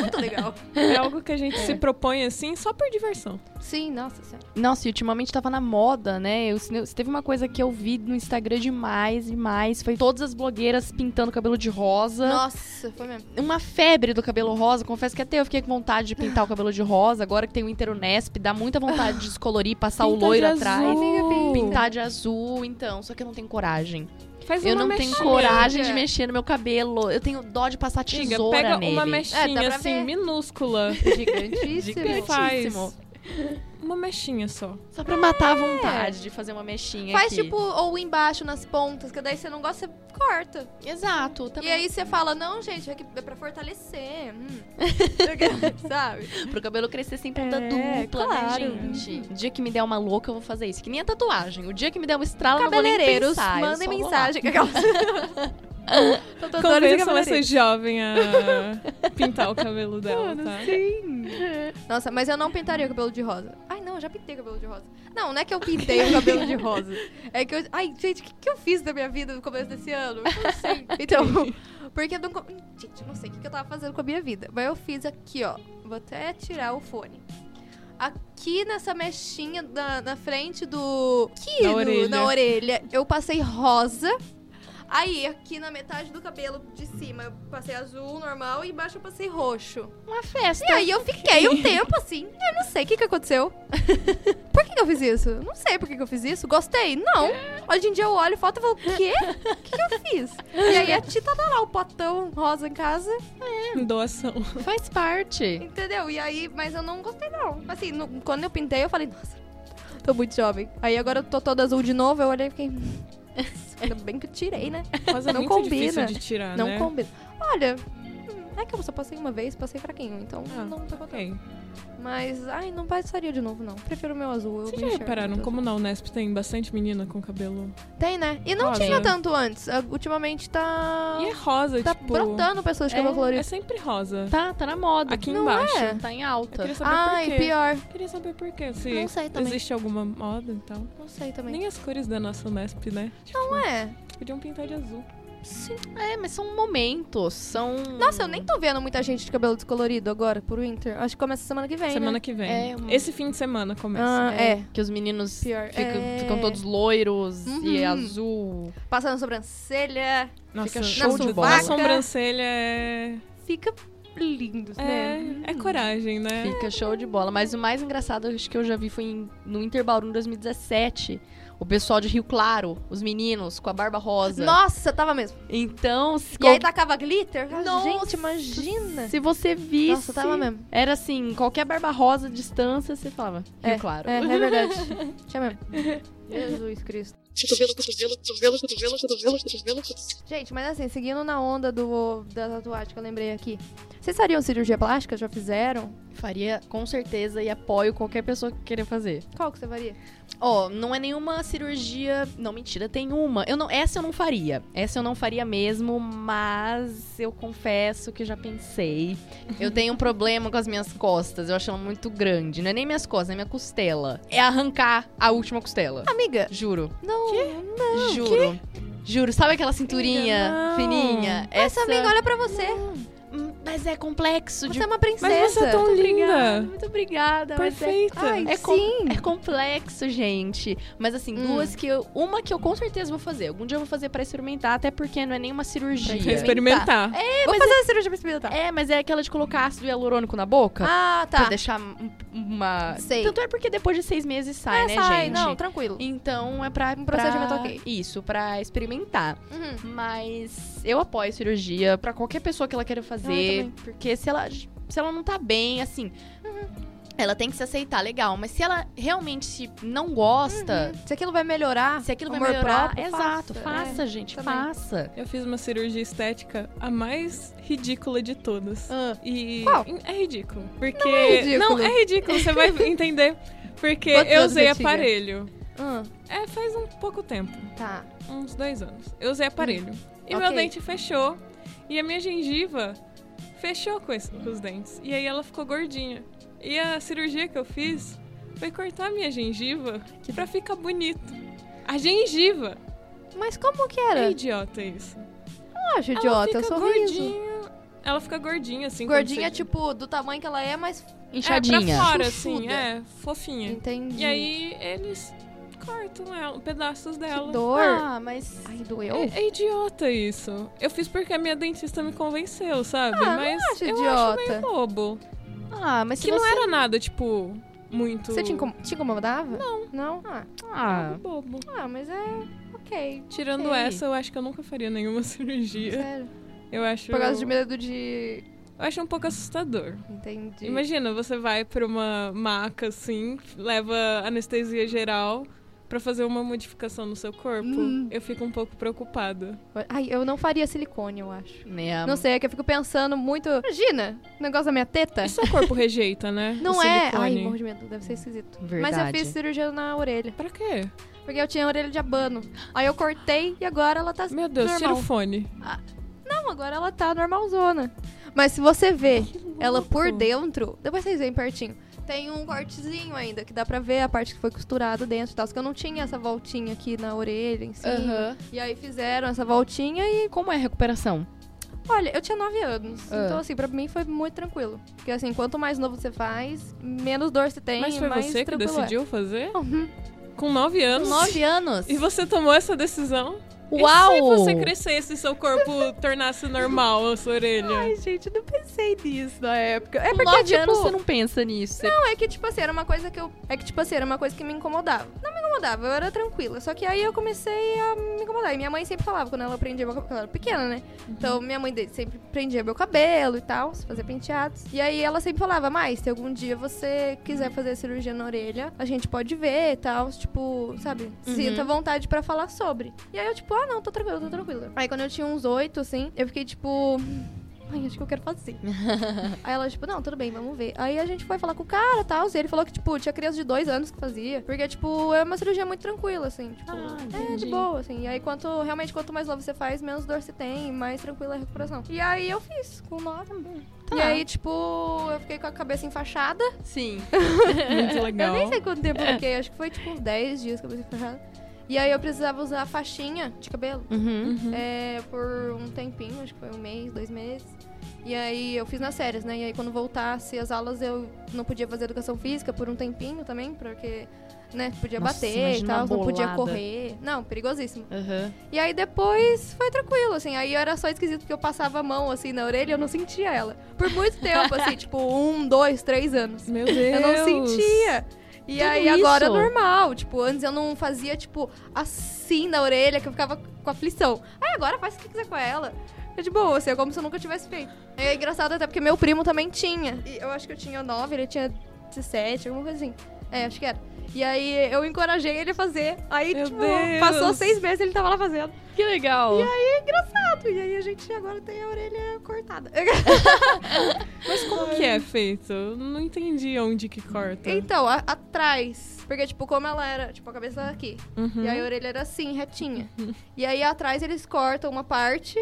Speaker 1: Muito legal.
Speaker 2: É algo que a
Speaker 3: [laughs]
Speaker 2: gente se propõe, assim, só por diversão.
Speaker 1: Sim, nossa senhora.
Speaker 3: Nossa, e ultimamente tava na moda, né? Eu, se teve uma coisa que eu vi no Instagram demais, demais. Foi todas as blogueiras pintando cabelo de rosa.
Speaker 1: Nossa, foi mesmo.
Speaker 3: Uma febre do cabelo rosa. Confesso que até eu fiquei com vontade de pintar o cabelo de rosa. Agora que tem o Interunesp, dá muita vontade de descolorir, passar Tá o
Speaker 2: Pinta de
Speaker 3: loiro
Speaker 2: azul.
Speaker 3: atrás. Pintar de azul, então. Só que eu não tenho coragem.
Speaker 2: Faz
Speaker 3: eu
Speaker 2: uma
Speaker 3: não
Speaker 2: mexinha.
Speaker 3: tenho coragem de mexer no meu cabelo. Eu tenho dó de passar
Speaker 2: Amiga,
Speaker 3: tesoura
Speaker 2: pega
Speaker 3: nele.
Speaker 2: uma
Speaker 1: É, dá
Speaker 2: mexinha,
Speaker 1: pra
Speaker 2: assim,
Speaker 1: ver.
Speaker 3: [laughs]
Speaker 2: minúscula. [laughs]
Speaker 1: Gigantíssimo.
Speaker 2: E faz
Speaker 3: Gigantíssimo.
Speaker 2: uma mexinha só.
Speaker 3: Só pra matar a vontade de fazer uma mexinha
Speaker 1: É. Faz
Speaker 3: aqui.
Speaker 1: tipo, ou embaixo nas pontas, que daí você não gosta, você corta.
Speaker 3: Exato. Também.
Speaker 1: E aí você fala, não, gente, é, que é pra fortalecer. hum."
Speaker 3: [laughs]
Speaker 1: Sabe?
Speaker 3: Pro cabelo crescer sem ponta
Speaker 1: É,
Speaker 3: dupla,
Speaker 1: claro.
Speaker 3: né, gente? O dia que me der uma louca, eu vou fazer isso. Que nem a tatuagem. O dia que me der um estralo, eu não vou nem
Speaker 1: Cabeleireiros,
Speaker 3: pensar. eu
Speaker 1: mandem
Speaker 3: só vou lá.
Speaker 1: mensagem. [laughs] Tatuadores e
Speaker 2: Convençam essa
Speaker 1: cabeleireiros.
Speaker 2: jovem [laughs] a pintar o cabelo dela, tá?
Speaker 1: Nossa, mas eu não pintaria o cabelo de rosa. Ai, não, eu já pintei o cabelo de rosa. Não, não é que eu pintei o cabelo de rosa. É que eu. Ai, gente, o que, que eu fiz da minha vida no começo desse ano? Eu não
Speaker 2: [laughs]
Speaker 1: sei. Então, porque eu não. co- Gente, eu não sei o que, que eu tava fazendo com a minha vida. Mas eu fiz aqui, ó. Vou até tirar o fone. Aqui nessa mexinha da, na frente do. Aqui
Speaker 2: Na
Speaker 1: no-
Speaker 2: orelha.
Speaker 1: na orelha, eu passei rosa. Aí, aqui na metade do cabelo de cima, eu passei azul normal e embaixo eu passei roxo.
Speaker 3: Uma festa.
Speaker 1: E aí eu fiquei um tempo assim. Eu não sei o que, que aconteceu. [laughs] Por que, que eu fiz isso? Não sei por que, que eu fiz isso. Gostei? Não. Hoje em dia eu olho foto e falo, o quê? O que, que eu fiz? E aí a Tita tá lá, o potão rosa em casa,
Speaker 2: Doação.
Speaker 3: Faz parte.
Speaker 1: entendeu? E aí, mas eu não gostei não. Assim, no- quando eu pintei, eu falei, nossa, tô muito jovem. Aí agora eu tô toda azul de novo, eu olhei e fiquei... "Nossa, Ainda bem que eu tirei, né?
Speaker 2: [laughs] Mas é
Speaker 1: Não
Speaker 2: muito difícil
Speaker 1: combina.
Speaker 2: de tirar,
Speaker 1: não
Speaker 2: né?
Speaker 1: combina. Olha, hum, é que eu só passei uma vez, passei fraquinho, então
Speaker 2: Ah,
Speaker 1: não tô contando.
Speaker 2: Ok.
Speaker 1: Mas, ai, não passaria de novo, não. Prefiro o meu azul. Eu
Speaker 2: Vocês
Speaker 1: me
Speaker 2: já
Speaker 1: enxergo
Speaker 2: repararam
Speaker 1: muito
Speaker 2: como na Unesp tem bastante menina com cabelo?
Speaker 1: azul. Tem, né? E não
Speaker 2: Olha.
Speaker 1: tinha tanto antes. Ah, Ultimamente tá.
Speaker 2: E é rosa,
Speaker 1: tá
Speaker 2: tipo.
Speaker 1: brotando pessoas de cabelo
Speaker 2: É
Speaker 1: colorido.
Speaker 2: sempre rosa.
Speaker 3: Tá, tá na moda.
Speaker 2: Aqui
Speaker 1: Não
Speaker 2: embaixo.
Speaker 1: é?
Speaker 3: Tá em
Speaker 2: Eu
Speaker 3: alta.
Speaker 2: queria saber por
Speaker 1: Ai,
Speaker 2: quê.
Speaker 1: pior.
Speaker 2: Queria saber por quê. Se
Speaker 1: Não sei também.
Speaker 2: existe alguma moda e tal.
Speaker 1: Não sei também.
Speaker 2: Nem as cores da nossa Unesp, né?
Speaker 1: Não é.
Speaker 2: Podiam pintar de azul.
Speaker 1: Sim.
Speaker 3: É, mas são momentos. São.
Speaker 1: Nossa, eu nem tô vendo muita gente de cabelo descolorido agora pro Inter. Acho que começa semana que vem.
Speaker 2: semana
Speaker 1: né?
Speaker 2: que vem.
Speaker 3: É, uma-
Speaker 2: Esse fim de semana começa. né?
Speaker 1: Ah, é.
Speaker 3: Que os meninos
Speaker 1: Pior,
Speaker 3: ficam,
Speaker 1: é.
Speaker 3: ficam todos loiros e
Speaker 1: Uhum.
Speaker 3: azul.
Speaker 1: Passando sobrancelha.
Speaker 2: Nossa,
Speaker 3: Fica show
Speaker 1: de
Speaker 2: na
Speaker 1: bola.
Speaker 2: A sobrancelha é...
Speaker 1: Fica lindo, né?
Speaker 2: É, é coragem, né?
Speaker 3: Fica show de bola. Mas o mais engraçado acho que eu já vi foi em- no Interbauru em 2017. O pessoal de Rio Claro, os meninos, com a barba rosa.
Speaker 1: Nossa, tava mesmo.
Speaker 3: Então, se,
Speaker 1: E aí tacava glitter? Ah,
Speaker 3: Nossa.
Speaker 1: Gente, imagina.
Speaker 3: se você visse.
Speaker 1: Nossa, tava mesmo.
Speaker 3: Era assim, qualquer barba rosa à distância, você falava. Rio Claro.
Speaker 1: É, é verdade. Tinha
Speaker 2: [laughs]
Speaker 1: mesmo. Jesus Cristo.
Speaker 5: Cotovelo, cotovelo, cotovelo, cotovelo, cotovelo, cotovelo, cotovelo.
Speaker 1: Gente, mas assim, seguindo na onda do, da tatuagem que eu lembrei aqui. Vocês fariam cirurgia plástica? Já fizeram?
Speaker 3: Faria com certeza e apoio qualquer pessoa que queira fazer.
Speaker 1: Qual que você faria?
Speaker 3: Ó, não é nenhuma cirurgia. Não, mentira, tem uma. Eu não, essa eu não faria. Essa eu não faria mesmo, mas eu confesso que já pensei. Eu tenho um problema com as minhas costas. Eu acho ela muito grande. Não é nem minhas costas, é minha costela. É arrancar a última costela.
Speaker 1: Amiga,
Speaker 3: Juro.
Speaker 1: não.
Speaker 3: juro. Juro. Sabe aquela cinturinha
Speaker 2: Amiga, não.
Speaker 3: fininha?
Speaker 1: é Essa amiga olha pra você.
Speaker 3: Hum, Mas é complexo. De...
Speaker 1: Você é uma princesa.
Speaker 2: Mas você é tão
Speaker 3: Obrigada,
Speaker 2: linda.
Speaker 3: muito obrigada. mas é-
Speaker 2: Perfeita.
Speaker 1: Ai,
Speaker 3: É com-
Speaker 1: sim.
Speaker 3: É complexo, gente. Mas assim,
Speaker 1: Hum.
Speaker 3: duas que eu. Uma que eu com certeza vou fazer. Algum dia eu vou fazer pra experimentar, até porque não é nenhuma
Speaker 2: Pra
Speaker 3: cirurgia.
Speaker 2: experimentar.
Speaker 1: Vou fazer a cirurgia pra experimentar.
Speaker 3: É, mas é aquela de colocar ácido hialurônico na boca.
Speaker 1: Ah,
Speaker 3: Pra
Speaker 1: tá.
Speaker 3: deixar um- uma.
Speaker 1: Sei.
Speaker 3: Tanto é porque depois de seis meses sai,
Speaker 1: É,
Speaker 3: né,
Speaker 1: sai,
Speaker 3: gente?
Speaker 1: Não, tranquilo.
Speaker 3: Então é pra.
Speaker 1: Um
Speaker 3: pra-
Speaker 1: procedimento ok.
Speaker 3: Isso, pra experimentar.
Speaker 1: Uhum.
Speaker 3: Mas eu apoio a cirurgia pra qualquer pessoa que ela queira
Speaker 1: Ah, eu
Speaker 3: fazer. porque se ela, se ela não tá bem, assim.
Speaker 1: Uhum.
Speaker 3: Ela tem que se aceitar, legal. Mas se ela realmente não gosta,
Speaker 1: Se aquilo vai melhorar,
Speaker 3: Ah, se aquilo vai
Speaker 1: amor
Speaker 3: melhorar.
Speaker 1: próprio,
Speaker 3: exato,
Speaker 1: faça. É.
Speaker 3: faça, É, gente,
Speaker 1: também.
Speaker 3: faça.
Speaker 2: Eu fiz uma cirurgia estética a mais ridícula de todas. E
Speaker 1: Ah. Qual?
Speaker 2: é ridículo. Porque não
Speaker 1: é ridículo.
Speaker 2: é ridículo, você vai entender. Porque
Speaker 1: Quantos
Speaker 2: eu
Speaker 1: anos
Speaker 2: usei
Speaker 1: eu tinha?
Speaker 2: aparelho.
Speaker 1: Ah,
Speaker 2: É, faz um pouco tempo,
Speaker 1: tá.
Speaker 2: uns dois anos. Eu usei aparelho. E meu
Speaker 1: Hum, ok.
Speaker 2: dente fechou. E a minha gengiva fechou com, esse- com os dentes. E aí ela ficou gordinha. E a cirurgia que eu fiz foi cortar a minha gengiva pra ficar bonito. A gengiva!
Speaker 1: Mas como que
Speaker 2: É
Speaker 1: era?
Speaker 2: idiota isso.
Speaker 1: Eu acho
Speaker 2: Ela
Speaker 1: idiota,
Speaker 2: fica
Speaker 1: eu sorriso.
Speaker 2: gordinha- Ela fica gordinha, assim. quando
Speaker 1: Gordinha,
Speaker 2: você-
Speaker 1: tipo, do tamanho que ela é, mas.
Speaker 3: Inchadinha.
Speaker 2: É, pra fora, assim,
Speaker 1: Chuchuda.
Speaker 2: é, fofinha.
Speaker 1: Entendi.
Speaker 2: E aí eles cortam ela, pedaços dela.
Speaker 1: Que dor.
Speaker 3: Ah, mas.
Speaker 1: Ai, doeu?
Speaker 2: É, é idiota isso. Eu fiz porque a minha dentista me convenceu, sabe?
Speaker 1: Ah, não
Speaker 2: Mas
Speaker 1: acho
Speaker 2: eu
Speaker 1: idiota.
Speaker 2: acho meio bobo.
Speaker 3: Ah, mas se
Speaker 2: que
Speaker 3: você...
Speaker 2: não é era nada, tipo, muito...
Speaker 1: Você te, incom- te incomodava? Não. Não? Ah,
Speaker 3: Ah,
Speaker 2: Bobo.
Speaker 1: ah mas é.
Speaker 2: [laughs]
Speaker 1: Ok.
Speaker 2: Tirando
Speaker 1: Sei.
Speaker 2: essa, eu acho que eu nunca faria nenhuma [laughs] cirurgia.
Speaker 1: Sério.
Speaker 2: Eu acho...
Speaker 1: Por causa de medo de.
Speaker 2: Eu acho um pouco assustador.
Speaker 1: Entendi.
Speaker 2: Imagina, você vai pra uma maca assim, leva anestesia geral pra fazer uma modificação no seu corpo.
Speaker 1: Hum.
Speaker 2: Eu fico um pouco preocupada.
Speaker 1: Ai, eu não faria silicone, eu acho.
Speaker 3: né?
Speaker 1: Não sei, é que eu fico pensando muito. Imagina! O negócio da minha teta.
Speaker 2: E seu [laughs] corpo rejeita, né?
Speaker 1: Não
Speaker 2: o
Speaker 1: é. Ai,
Speaker 2: é silicone.
Speaker 1: morro de medo, deve ser esquisito.
Speaker 3: Verdade.
Speaker 1: Mas eu fiz cirurgia na orelha.
Speaker 2: Pra quê?
Speaker 1: Porque eu tinha orelha de abano. Aí eu cortei e agora ela tá
Speaker 2: Meu Deus, tira
Speaker 1: normal.
Speaker 2: o fone.
Speaker 1: Não, agora ela tá normalzona. Mas se você vê ela por dentro, depois vocês veem pertinho. Tem um cortezinho ainda, que dá pra ver a parte que foi costurada dentro e tal. Só que eu não tinha essa voltinha aqui na orelha em cima.
Speaker 3: Aham.
Speaker 1: E aí fizeram essa voltinha e.
Speaker 3: Como é a recuperação?
Speaker 1: Olha, eu tinha 9 anos.
Speaker 3: Ah.
Speaker 1: Então, assim, pra mim foi muito tranquilo. Porque assim, quanto mais novo você faz, menos dor você tem.
Speaker 2: Mas foi
Speaker 1: mais
Speaker 2: você que
Speaker 1: tranquilo é.
Speaker 2: decidiu fazer?
Speaker 1: Uhum.
Speaker 2: Com nove anos?
Speaker 3: Nove anos.
Speaker 2: E você tomou essa decisão?
Speaker 3: Uau!
Speaker 2: E se você crescesse e seu corpo [laughs] tornasse normal a sua orelha?
Speaker 1: É. Ai, gente, não pensei nisso na época. É
Speaker 3: Com
Speaker 1: porque,
Speaker 3: nove
Speaker 1: tipo,
Speaker 3: anos você não pensa nisso. Você-
Speaker 1: Não, é que, tipo assim, era uma coisa que eu. É que, tipo assim, era uma coisa que me incomodava. Não me incomodava, eu era tranquila. Só que aí eu comecei a me incomodar. E minha mãe sempre falava, quando ela prendia meu cabelo, ela era pequena, né? Então minha mãe de- sempre prendia meu cabelo e tal, se fazia penteados. E aí ela sempre falava, mas se algum dia você quiser fazer cirurgia na orelha, a gente pode ver e tal. Tipo, sabe, sinta vontade pra falar sobre. E aí eu, tipo, ah, não, tô tranquila, tô tranquila. Aí quando eu tinha uns oito, assim, eu fiquei tipo. Ai, acho que eu quero fazer. Aí ela, tipo, não, tudo bem, vamos ver. Aí a gente foi falar com o cara e tal. E ele falou que, tipo, tinha criança de dois anos que fazia. Porque, tipo, é uma cirurgia muito tranquila, assim. Tipo, é de boa, assim. E aí, quanto, realmente, quanto mais novo você faz, menos dor você tem, e mais tranquila a recuperação. E aí eu fiz, com nove. E
Speaker 3: Tá.
Speaker 1: aí, tipo, eu fiquei com a cabeça enfaixada.
Speaker 3: Sim.
Speaker 2: Muito legal.
Speaker 1: Eu nem sei quanto tempo eu fiquei, acho que foi tipo uns 10 dias com a cabeça enfaixada. E aí eu precisava usar a faixinha de cabelo.
Speaker 3: Uhum.
Speaker 1: É, por um tempinho, acho que foi um mês, dois meses. E aí eu fiz nas séries, né? E aí quando voltasse as aulas eu não podia fazer educação física por um tempinho também, porque, né, podia
Speaker 3: Nossa,
Speaker 1: bater e
Speaker 3: imagina
Speaker 1: tal,
Speaker 3: uma
Speaker 1: não podia
Speaker 3: bolada.
Speaker 1: correr. Não, perigosíssimo.
Speaker 3: Aham.
Speaker 1: E aí depois foi tranquilo, assim. Aí era só esquisito porque eu passava a mão assim na orelha e eu não sentia ela. Por muito tempo,
Speaker 3: [laughs]
Speaker 1: assim, tipo, um, dois, três anos.
Speaker 2: Meu Deus.
Speaker 1: Eu não sentia. E
Speaker 3: Tudo
Speaker 1: aí agora é
Speaker 3: isso?
Speaker 1: normal. Tipo, antes eu não fazia, tipo, assim na orelha, que eu ficava com aflição. Aí agora faz o que quiser com ela. É de boa, assim, é como se eu nunca tivesse feito. É engraçado até porque meu primo também tinha. E eu acho que eu tinha 9, ele tinha 17, alguma coisa assim. É, acho que era. E aí eu encorajei ele a fazer. Aí,
Speaker 2: Meu
Speaker 1: tipo,
Speaker 2: Deus.
Speaker 1: passou seis meses e ele tava lá fazendo.
Speaker 3: Que legal.
Speaker 1: E aí é engraçado. E aí a gente agora tem a orelha cortada.
Speaker 2: Mas como que é feito? Eu não entendi onde que corta.
Speaker 1: Então, a- atrás. Porque, tipo, como ela era, tipo, a cabeça era aqui.
Speaker 2: Uhum.
Speaker 1: E aí a orelha era assim, retinha. E aí atrás eles cortam uma parte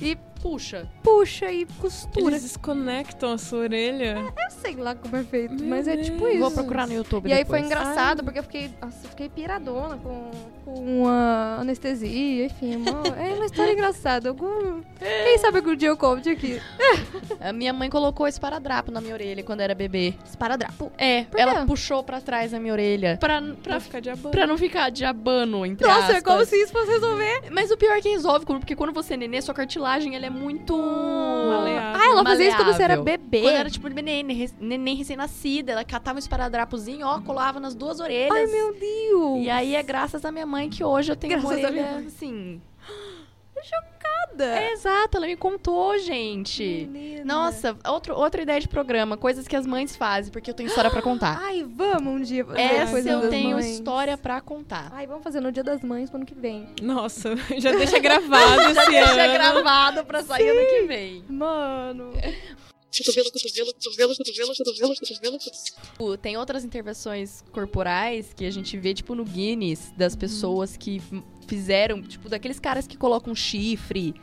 Speaker 1: e
Speaker 3: puxa.
Speaker 1: puxa e costura.
Speaker 2: Eles desconectam a sua orelha.
Speaker 1: Eu sei lá como é feito,
Speaker 2: Meu
Speaker 1: mas é tipo
Speaker 2: Deus.
Speaker 1: isso.
Speaker 6: Vou procurar no YouTube
Speaker 1: E aí foi
Speaker 6: depois.
Speaker 1: engraçado,
Speaker 2: Ai.
Speaker 1: porque eu fiquei, nossa, eu fiquei piradona com, com a anestesia, enfim. mó- é uma história engraçada. Algum... Quem sabe algum dia eu conte aqui.
Speaker 3: A minha mãe colocou esparadrapo na minha orelha quando era bebê.
Speaker 1: Esparadrapo.
Speaker 3: É,
Speaker 1: Por
Speaker 3: ela
Speaker 1: quê?
Speaker 3: puxou pra trás a minha orelha. Pra, pra,
Speaker 2: Pra ficar de abano.
Speaker 3: pra não ficar de abano, entre
Speaker 1: Nossa, é
Speaker 3: aspas.
Speaker 1: como se isso fosse resolver.
Speaker 3: Mas o pior é que resolve, porque quando você é nenê, sua cartilagem ela é muito...
Speaker 2: Maleável.
Speaker 1: Ah, ela fazia isso quando você era
Speaker 3: Maleável.
Speaker 1: bebê.
Speaker 3: Quando era tipo neném, neném recém-nascida, ela catava um esparadrapozinho, ó, colava nas duas orelhas.
Speaker 1: Ai, meu Deus.
Speaker 3: E aí é graças à minha mãe que hoje eu tenho uma
Speaker 1: Graças à minha
Speaker 3: orelha,
Speaker 1: mãe.
Speaker 3: assim...
Speaker 1: Nada.
Speaker 3: É, exato, ela me contou, gente.
Speaker 1: Menina.
Speaker 3: Nossa, outro, outra ideia de programa, coisas que as mães fazem, porque eu tenho história pra contar.
Speaker 1: Ai, vamos um dia fazer
Speaker 3: Essa
Speaker 1: coisa
Speaker 3: eu
Speaker 1: das
Speaker 3: tenho
Speaker 1: mães.
Speaker 3: história pra contar.
Speaker 1: Ai, vamos fazer no Dia das Mães pro ano que vem.
Speaker 2: Nossa, [laughs] já deixa gravado esse
Speaker 3: Deixa
Speaker 2: ano.
Speaker 3: é gravado pra sair ano que vem.
Speaker 1: Mano.
Speaker 3: É,
Speaker 5: cotovelo, cotovelo, cotovelo, cotovelo, cotovelo, cotovelo, cotovelo.
Speaker 3: Tipo, Tem outras intervenções corporais que a gente vê, tipo, no Guinness,
Speaker 1: Uhum.
Speaker 3: das pessoas que f- fizeram, tipo, daqueles caras que colocam um chifre,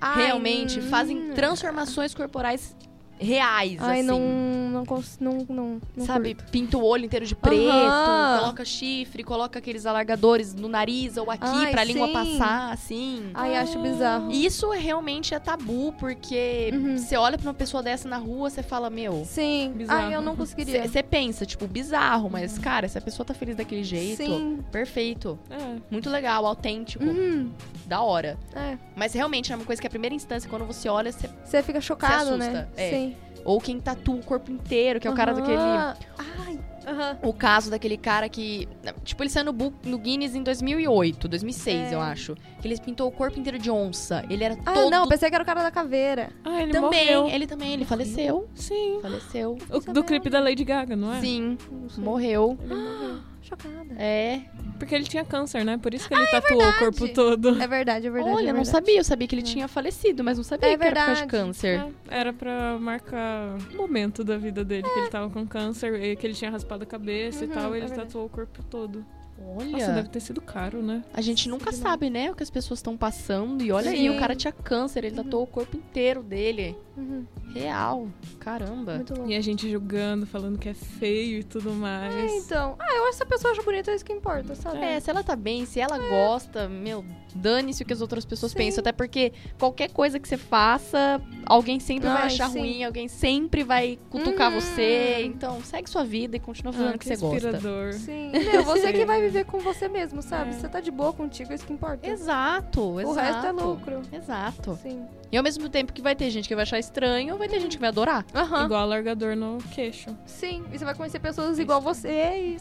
Speaker 1: Ai,
Speaker 3: realmente,
Speaker 1: hum.
Speaker 3: fazem transformações corporais reais,
Speaker 1: Ai,
Speaker 3: assim.
Speaker 1: não, não, cons- não, não, não
Speaker 3: Sabe,
Speaker 1: curto.
Speaker 3: pinta o olho inteiro de preto,
Speaker 1: Aham.
Speaker 3: coloca chifre, coloca aqueles alargadores no nariz ou aqui
Speaker 1: Ai,
Speaker 3: pra língua
Speaker 1: sim. Ah.
Speaker 3: passar, assim.
Speaker 1: Ai, acho bizarro.
Speaker 3: E Isso realmente é tabu, porque
Speaker 1: Uhum.
Speaker 3: você olha pra uma pessoa dessa na rua, você fala, meu.
Speaker 1: Sim.
Speaker 2: Bizarro.
Speaker 1: Ai, eu não conseguiria.
Speaker 3: Você pensa, tipo, bizarro, mas, cara, se a pessoa tá feliz daquele jeito,
Speaker 1: Uhum. Sim.
Speaker 3: perfeito.
Speaker 2: É,
Speaker 3: Muito legal, autêntico,
Speaker 1: Uhum.
Speaker 3: da hora.
Speaker 1: É.
Speaker 3: Mas realmente é uma coisa que a primeira instância, quando você olha, você.
Speaker 1: Você fica chocado, né?
Speaker 3: assusta, é.
Speaker 1: Sim.
Speaker 3: Ou quem tatua o corpo inteiro, que é o cara
Speaker 1: Aham.
Speaker 3: daquele.
Speaker 1: Ai. Aham.
Speaker 3: o caso daquele cara que. Tipo, ele saiu no, Bu- no Guinness em 2008, 2006,
Speaker 1: É.
Speaker 3: eu acho. Que ele pintou o corpo inteiro de onça. Ele era
Speaker 1: Ah,
Speaker 3: todo.
Speaker 1: não, pensei que era o cara da caveira.
Speaker 2: Ah, ele
Speaker 3: também,
Speaker 2: morreu.
Speaker 3: ele também, ele faleceu.
Speaker 2: Sim.
Speaker 3: Faleceu.
Speaker 2: O, do clipe da Lady Gaga, não é?
Speaker 3: Sim,
Speaker 1: Não sei. Ah,
Speaker 3: morreu.
Speaker 2: Ele morreu.
Speaker 1: Chocada.
Speaker 3: É.
Speaker 2: Porque ele tinha câncer, né? Por isso que ele tatuou o corpo
Speaker 1: verdade.
Speaker 2: todo.
Speaker 1: É verdade, é verdade.
Speaker 3: Olha,
Speaker 1: é
Speaker 3: eu não
Speaker 1: verdade.
Speaker 3: sabia, eu sabia que ele tinha falecido, mas não sabia
Speaker 1: É
Speaker 3: que era por causa de
Speaker 1: verdade.
Speaker 3: câncer.
Speaker 2: É, Era pra marcar o momento da vida dele, que ele tava com câncer, e que ele tinha raspado a cabeça e
Speaker 1: Uhum,
Speaker 2: tal,
Speaker 1: é
Speaker 2: ele
Speaker 1: verdade.
Speaker 2: tatuou o corpo todo.
Speaker 1: É.
Speaker 3: Olha,
Speaker 2: Nossa, deve ter sido caro, né?
Speaker 3: a gente nunca sabe, né, o que as pessoas estão passando. E olha aí,
Speaker 1: Sim.
Speaker 3: o cara tinha câncer, ele tatuou o corpo inteiro dele.
Speaker 1: Uhum,
Speaker 3: Real. Caramba.
Speaker 1: Muito louco.
Speaker 2: E a gente julgando, falando que é feio e tudo
Speaker 1: É,
Speaker 2: mais.
Speaker 1: então. Ah, eu acho que se a pessoa acha bonita, é isso que importa, sabe?
Speaker 3: É, se ela tá bem, se ela gosta, meu, dane-se o que as outras pessoas
Speaker 1: É. Sim.
Speaker 3: pensam. Até porque qualquer coisa que você faça, alguém sempre vai
Speaker 1: Ai,
Speaker 3: achar
Speaker 1: sim.
Speaker 3: ruim, alguém sempre vai cutucar
Speaker 1: Uhum.
Speaker 3: você. Então, segue sua vida e continua fazendo
Speaker 2: Ah,
Speaker 3: o que, você gosta.
Speaker 2: inspirador.
Speaker 1: Sim. Meu, você que
Speaker 2: Sim.
Speaker 1: vai viver com você mesmo, sabe?
Speaker 2: É.
Speaker 1: Você tá de boa contigo, é isso que importa.
Speaker 3: Exato, exato.
Speaker 1: O resto é lucro.
Speaker 3: Exato.
Speaker 1: Sim.
Speaker 3: E ao mesmo tempo que vai ter gente que vai achar estranho, vai ter gente que vai adorar.
Speaker 1: Aham.
Speaker 2: Igual alargador no queixo.
Speaker 1: Sim. E você vai conhecer pessoas igual você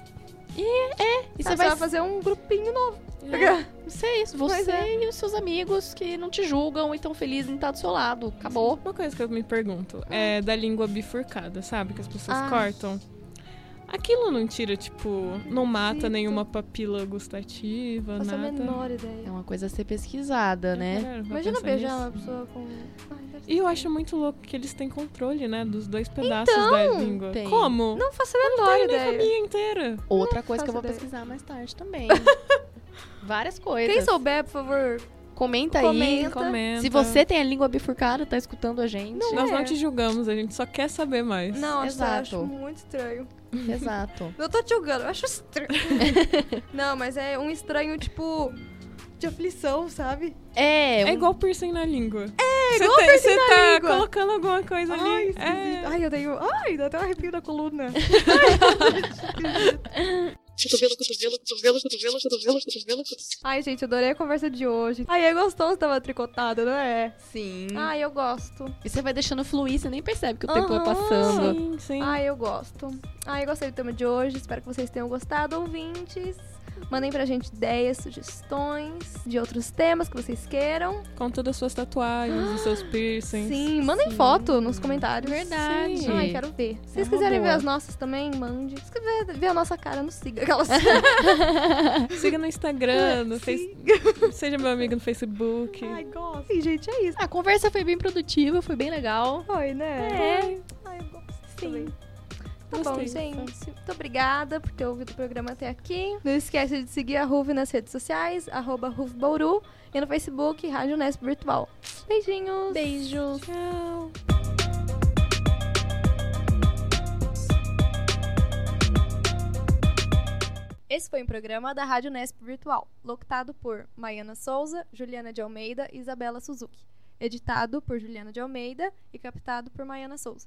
Speaker 1: e,
Speaker 3: E
Speaker 1: sabe,
Speaker 3: você vai.
Speaker 1: fazer um grupinho novo.
Speaker 3: Isso é isso, você
Speaker 1: é.
Speaker 3: e os seus amigos que não te julgam e estão felizes em estar do seu lado. Acabou.
Speaker 2: Uma coisa que eu me pergunto é da língua bifurcada, sabe? Que as pessoas
Speaker 1: Ah.
Speaker 2: cortam. Aquilo não tira, tipo, não mata
Speaker 1: Acredito.
Speaker 2: nenhuma papila gustativa,
Speaker 1: Faço a
Speaker 2: nada.
Speaker 1: menor
Speaker 3: É
Speaker 1: ideia.
Speaker 3: uma coisa a ser pesquisada,
Speaker 2: É,
Speaker 3: né?
Speaker 2: vai
Speaker 1: Imagina
Speaker 2: pensar
Speaker 1: beijar
Speaker 2: nisso.
Speaker 1: uma pessoa com. Ai, deve ser-
Speaker 2: E eu acho muito louco que eles têm controle, né? Dos dois pedaços da língua.
Speaker 3: tem.
Speaker 2: Como?
Speaker 1: Então, Não faço a menor
Speaker 2: tem na
Speaker 1: ideia.
Speaker 2: família inteira.
Speaker 3: Outra coisa que eu
Speaker 1: faço
Speaker 3: vou
Speaker 1: ideia.
Speaker 3: pesquisar mais
Speaker 1: [laughs]
Speaker 3: tarde também. Várias coisas.
Speaker 1: Quem souber, por favor.
Speaker 3: Comenta,
Speaker 1: Comenta.
Speaker 3: aí.
Speaker 2: Comenta.
Speaker 3: Se você tem a língua bifurcada, tá escutando a gente.
Speaker 1: Não.
Speaker 2: Nós
Speaker 1: É.
Speaker 2: não te julgamos, a gente só quer saber mais.
Speaker 1: Não, acho,
Speaker 3: Exato.
Speaker 1: acho muito estranho.
Speaker 3: [laughs] Exato.
Speaker 1: Não tô te julgando, eu acho estranho. Não, mas é um estranho, tipo, de aflição, sabe?
Speaker 3: É, um-
Speaker 2: É igual piercing na língua.
Speaker 1: É,
Speaker 2: Você
Speaker 1: igual
Speaker 2: tem-
Speaker 1: piercing
Speaker 2: você
Speaker 1: na
Speaker 2: tá
Speaker 1: língua.
Speaker 2: colocando alguma coisa
Speaker 1: Ai, é.
Speaker 2: ali. É.
Speaker 1: esquisito. Ai, eu tenho. Ai, dá até um arrepio na coluna.
Speaker 5: Cotovelo, cotovelo, cotovelo, cotovelo, cotovelo, cotovelo, cotovelo.
Speaker 1: Ai, gente, adorei a conversa de hoje. Ai, é gostoso tava tricotada, não é?
Speaker 3: Sim.
Speaker 1: Ai, eu gosto.
Speaker 3: E você vai deixando fluir, você nem percebe que o tempo vai
Speaker 1: Aham.
Speaker 3: passando.
Speaker 2: Sim, sim.
Speaker 1: Ai, eu gosto. Ai, eu gostei do tema de hoje. Espero que vocês tenham gostado, ouvintes. Mandem pra gente ideias, sugestões de outros temas que vocês queiram.
Speaker 2: Conta das suas tatuagens, dos seus piercings.
Speaker 1: Ah, Sim, mandem foto nos comentários.
Speaker 3: Verdade.
Speaker 1: Sim. Ai, quero ver. Se vocês
Speaker 3: uma
Speaker 1: quiserem
Speaker 3: boa.
Speaker 1: ver as nossas também, mande. Se quiser ver a nossa cara, nos siga. [laughs] Aquelas...
Speaker 2: Siga no
Speaker 1: [laughs]
Speaker 2: Instagram, no Face- seja meu amigo no Facebook.
Speaker 1: Ai, gosto. Sim, gente, é isso.
Speaker 3: Ah, A conversa foi bem produtiva, foi bem legal.
Speaker 1: Foi, né?
Speaker 3: É.
Speaker 1: Ai, eu gosto.
Speaker 3: Sim.
Speaker 1: também. Tá
Speaker 2: Gostei.
Speaker 1: bom, gente. Muito obrigada por ter ouvido o programa até aqui. Não esquece de seguir a Ruve nas redes sociais, arroba Ruve Bauru, e no Facebook, Rádio Nesp Virtual. Beijinhos!
Speaker 6: Beijos.
Speaker 2: Tchau.
Speaker 1: Esse foi um programa da Rádio Nesp Virtual, locutado por Maiana Souza, Juliana de Almeida e Isabela Suzuki. Editado por Juliana de Almeida e captado por Maiana Souza.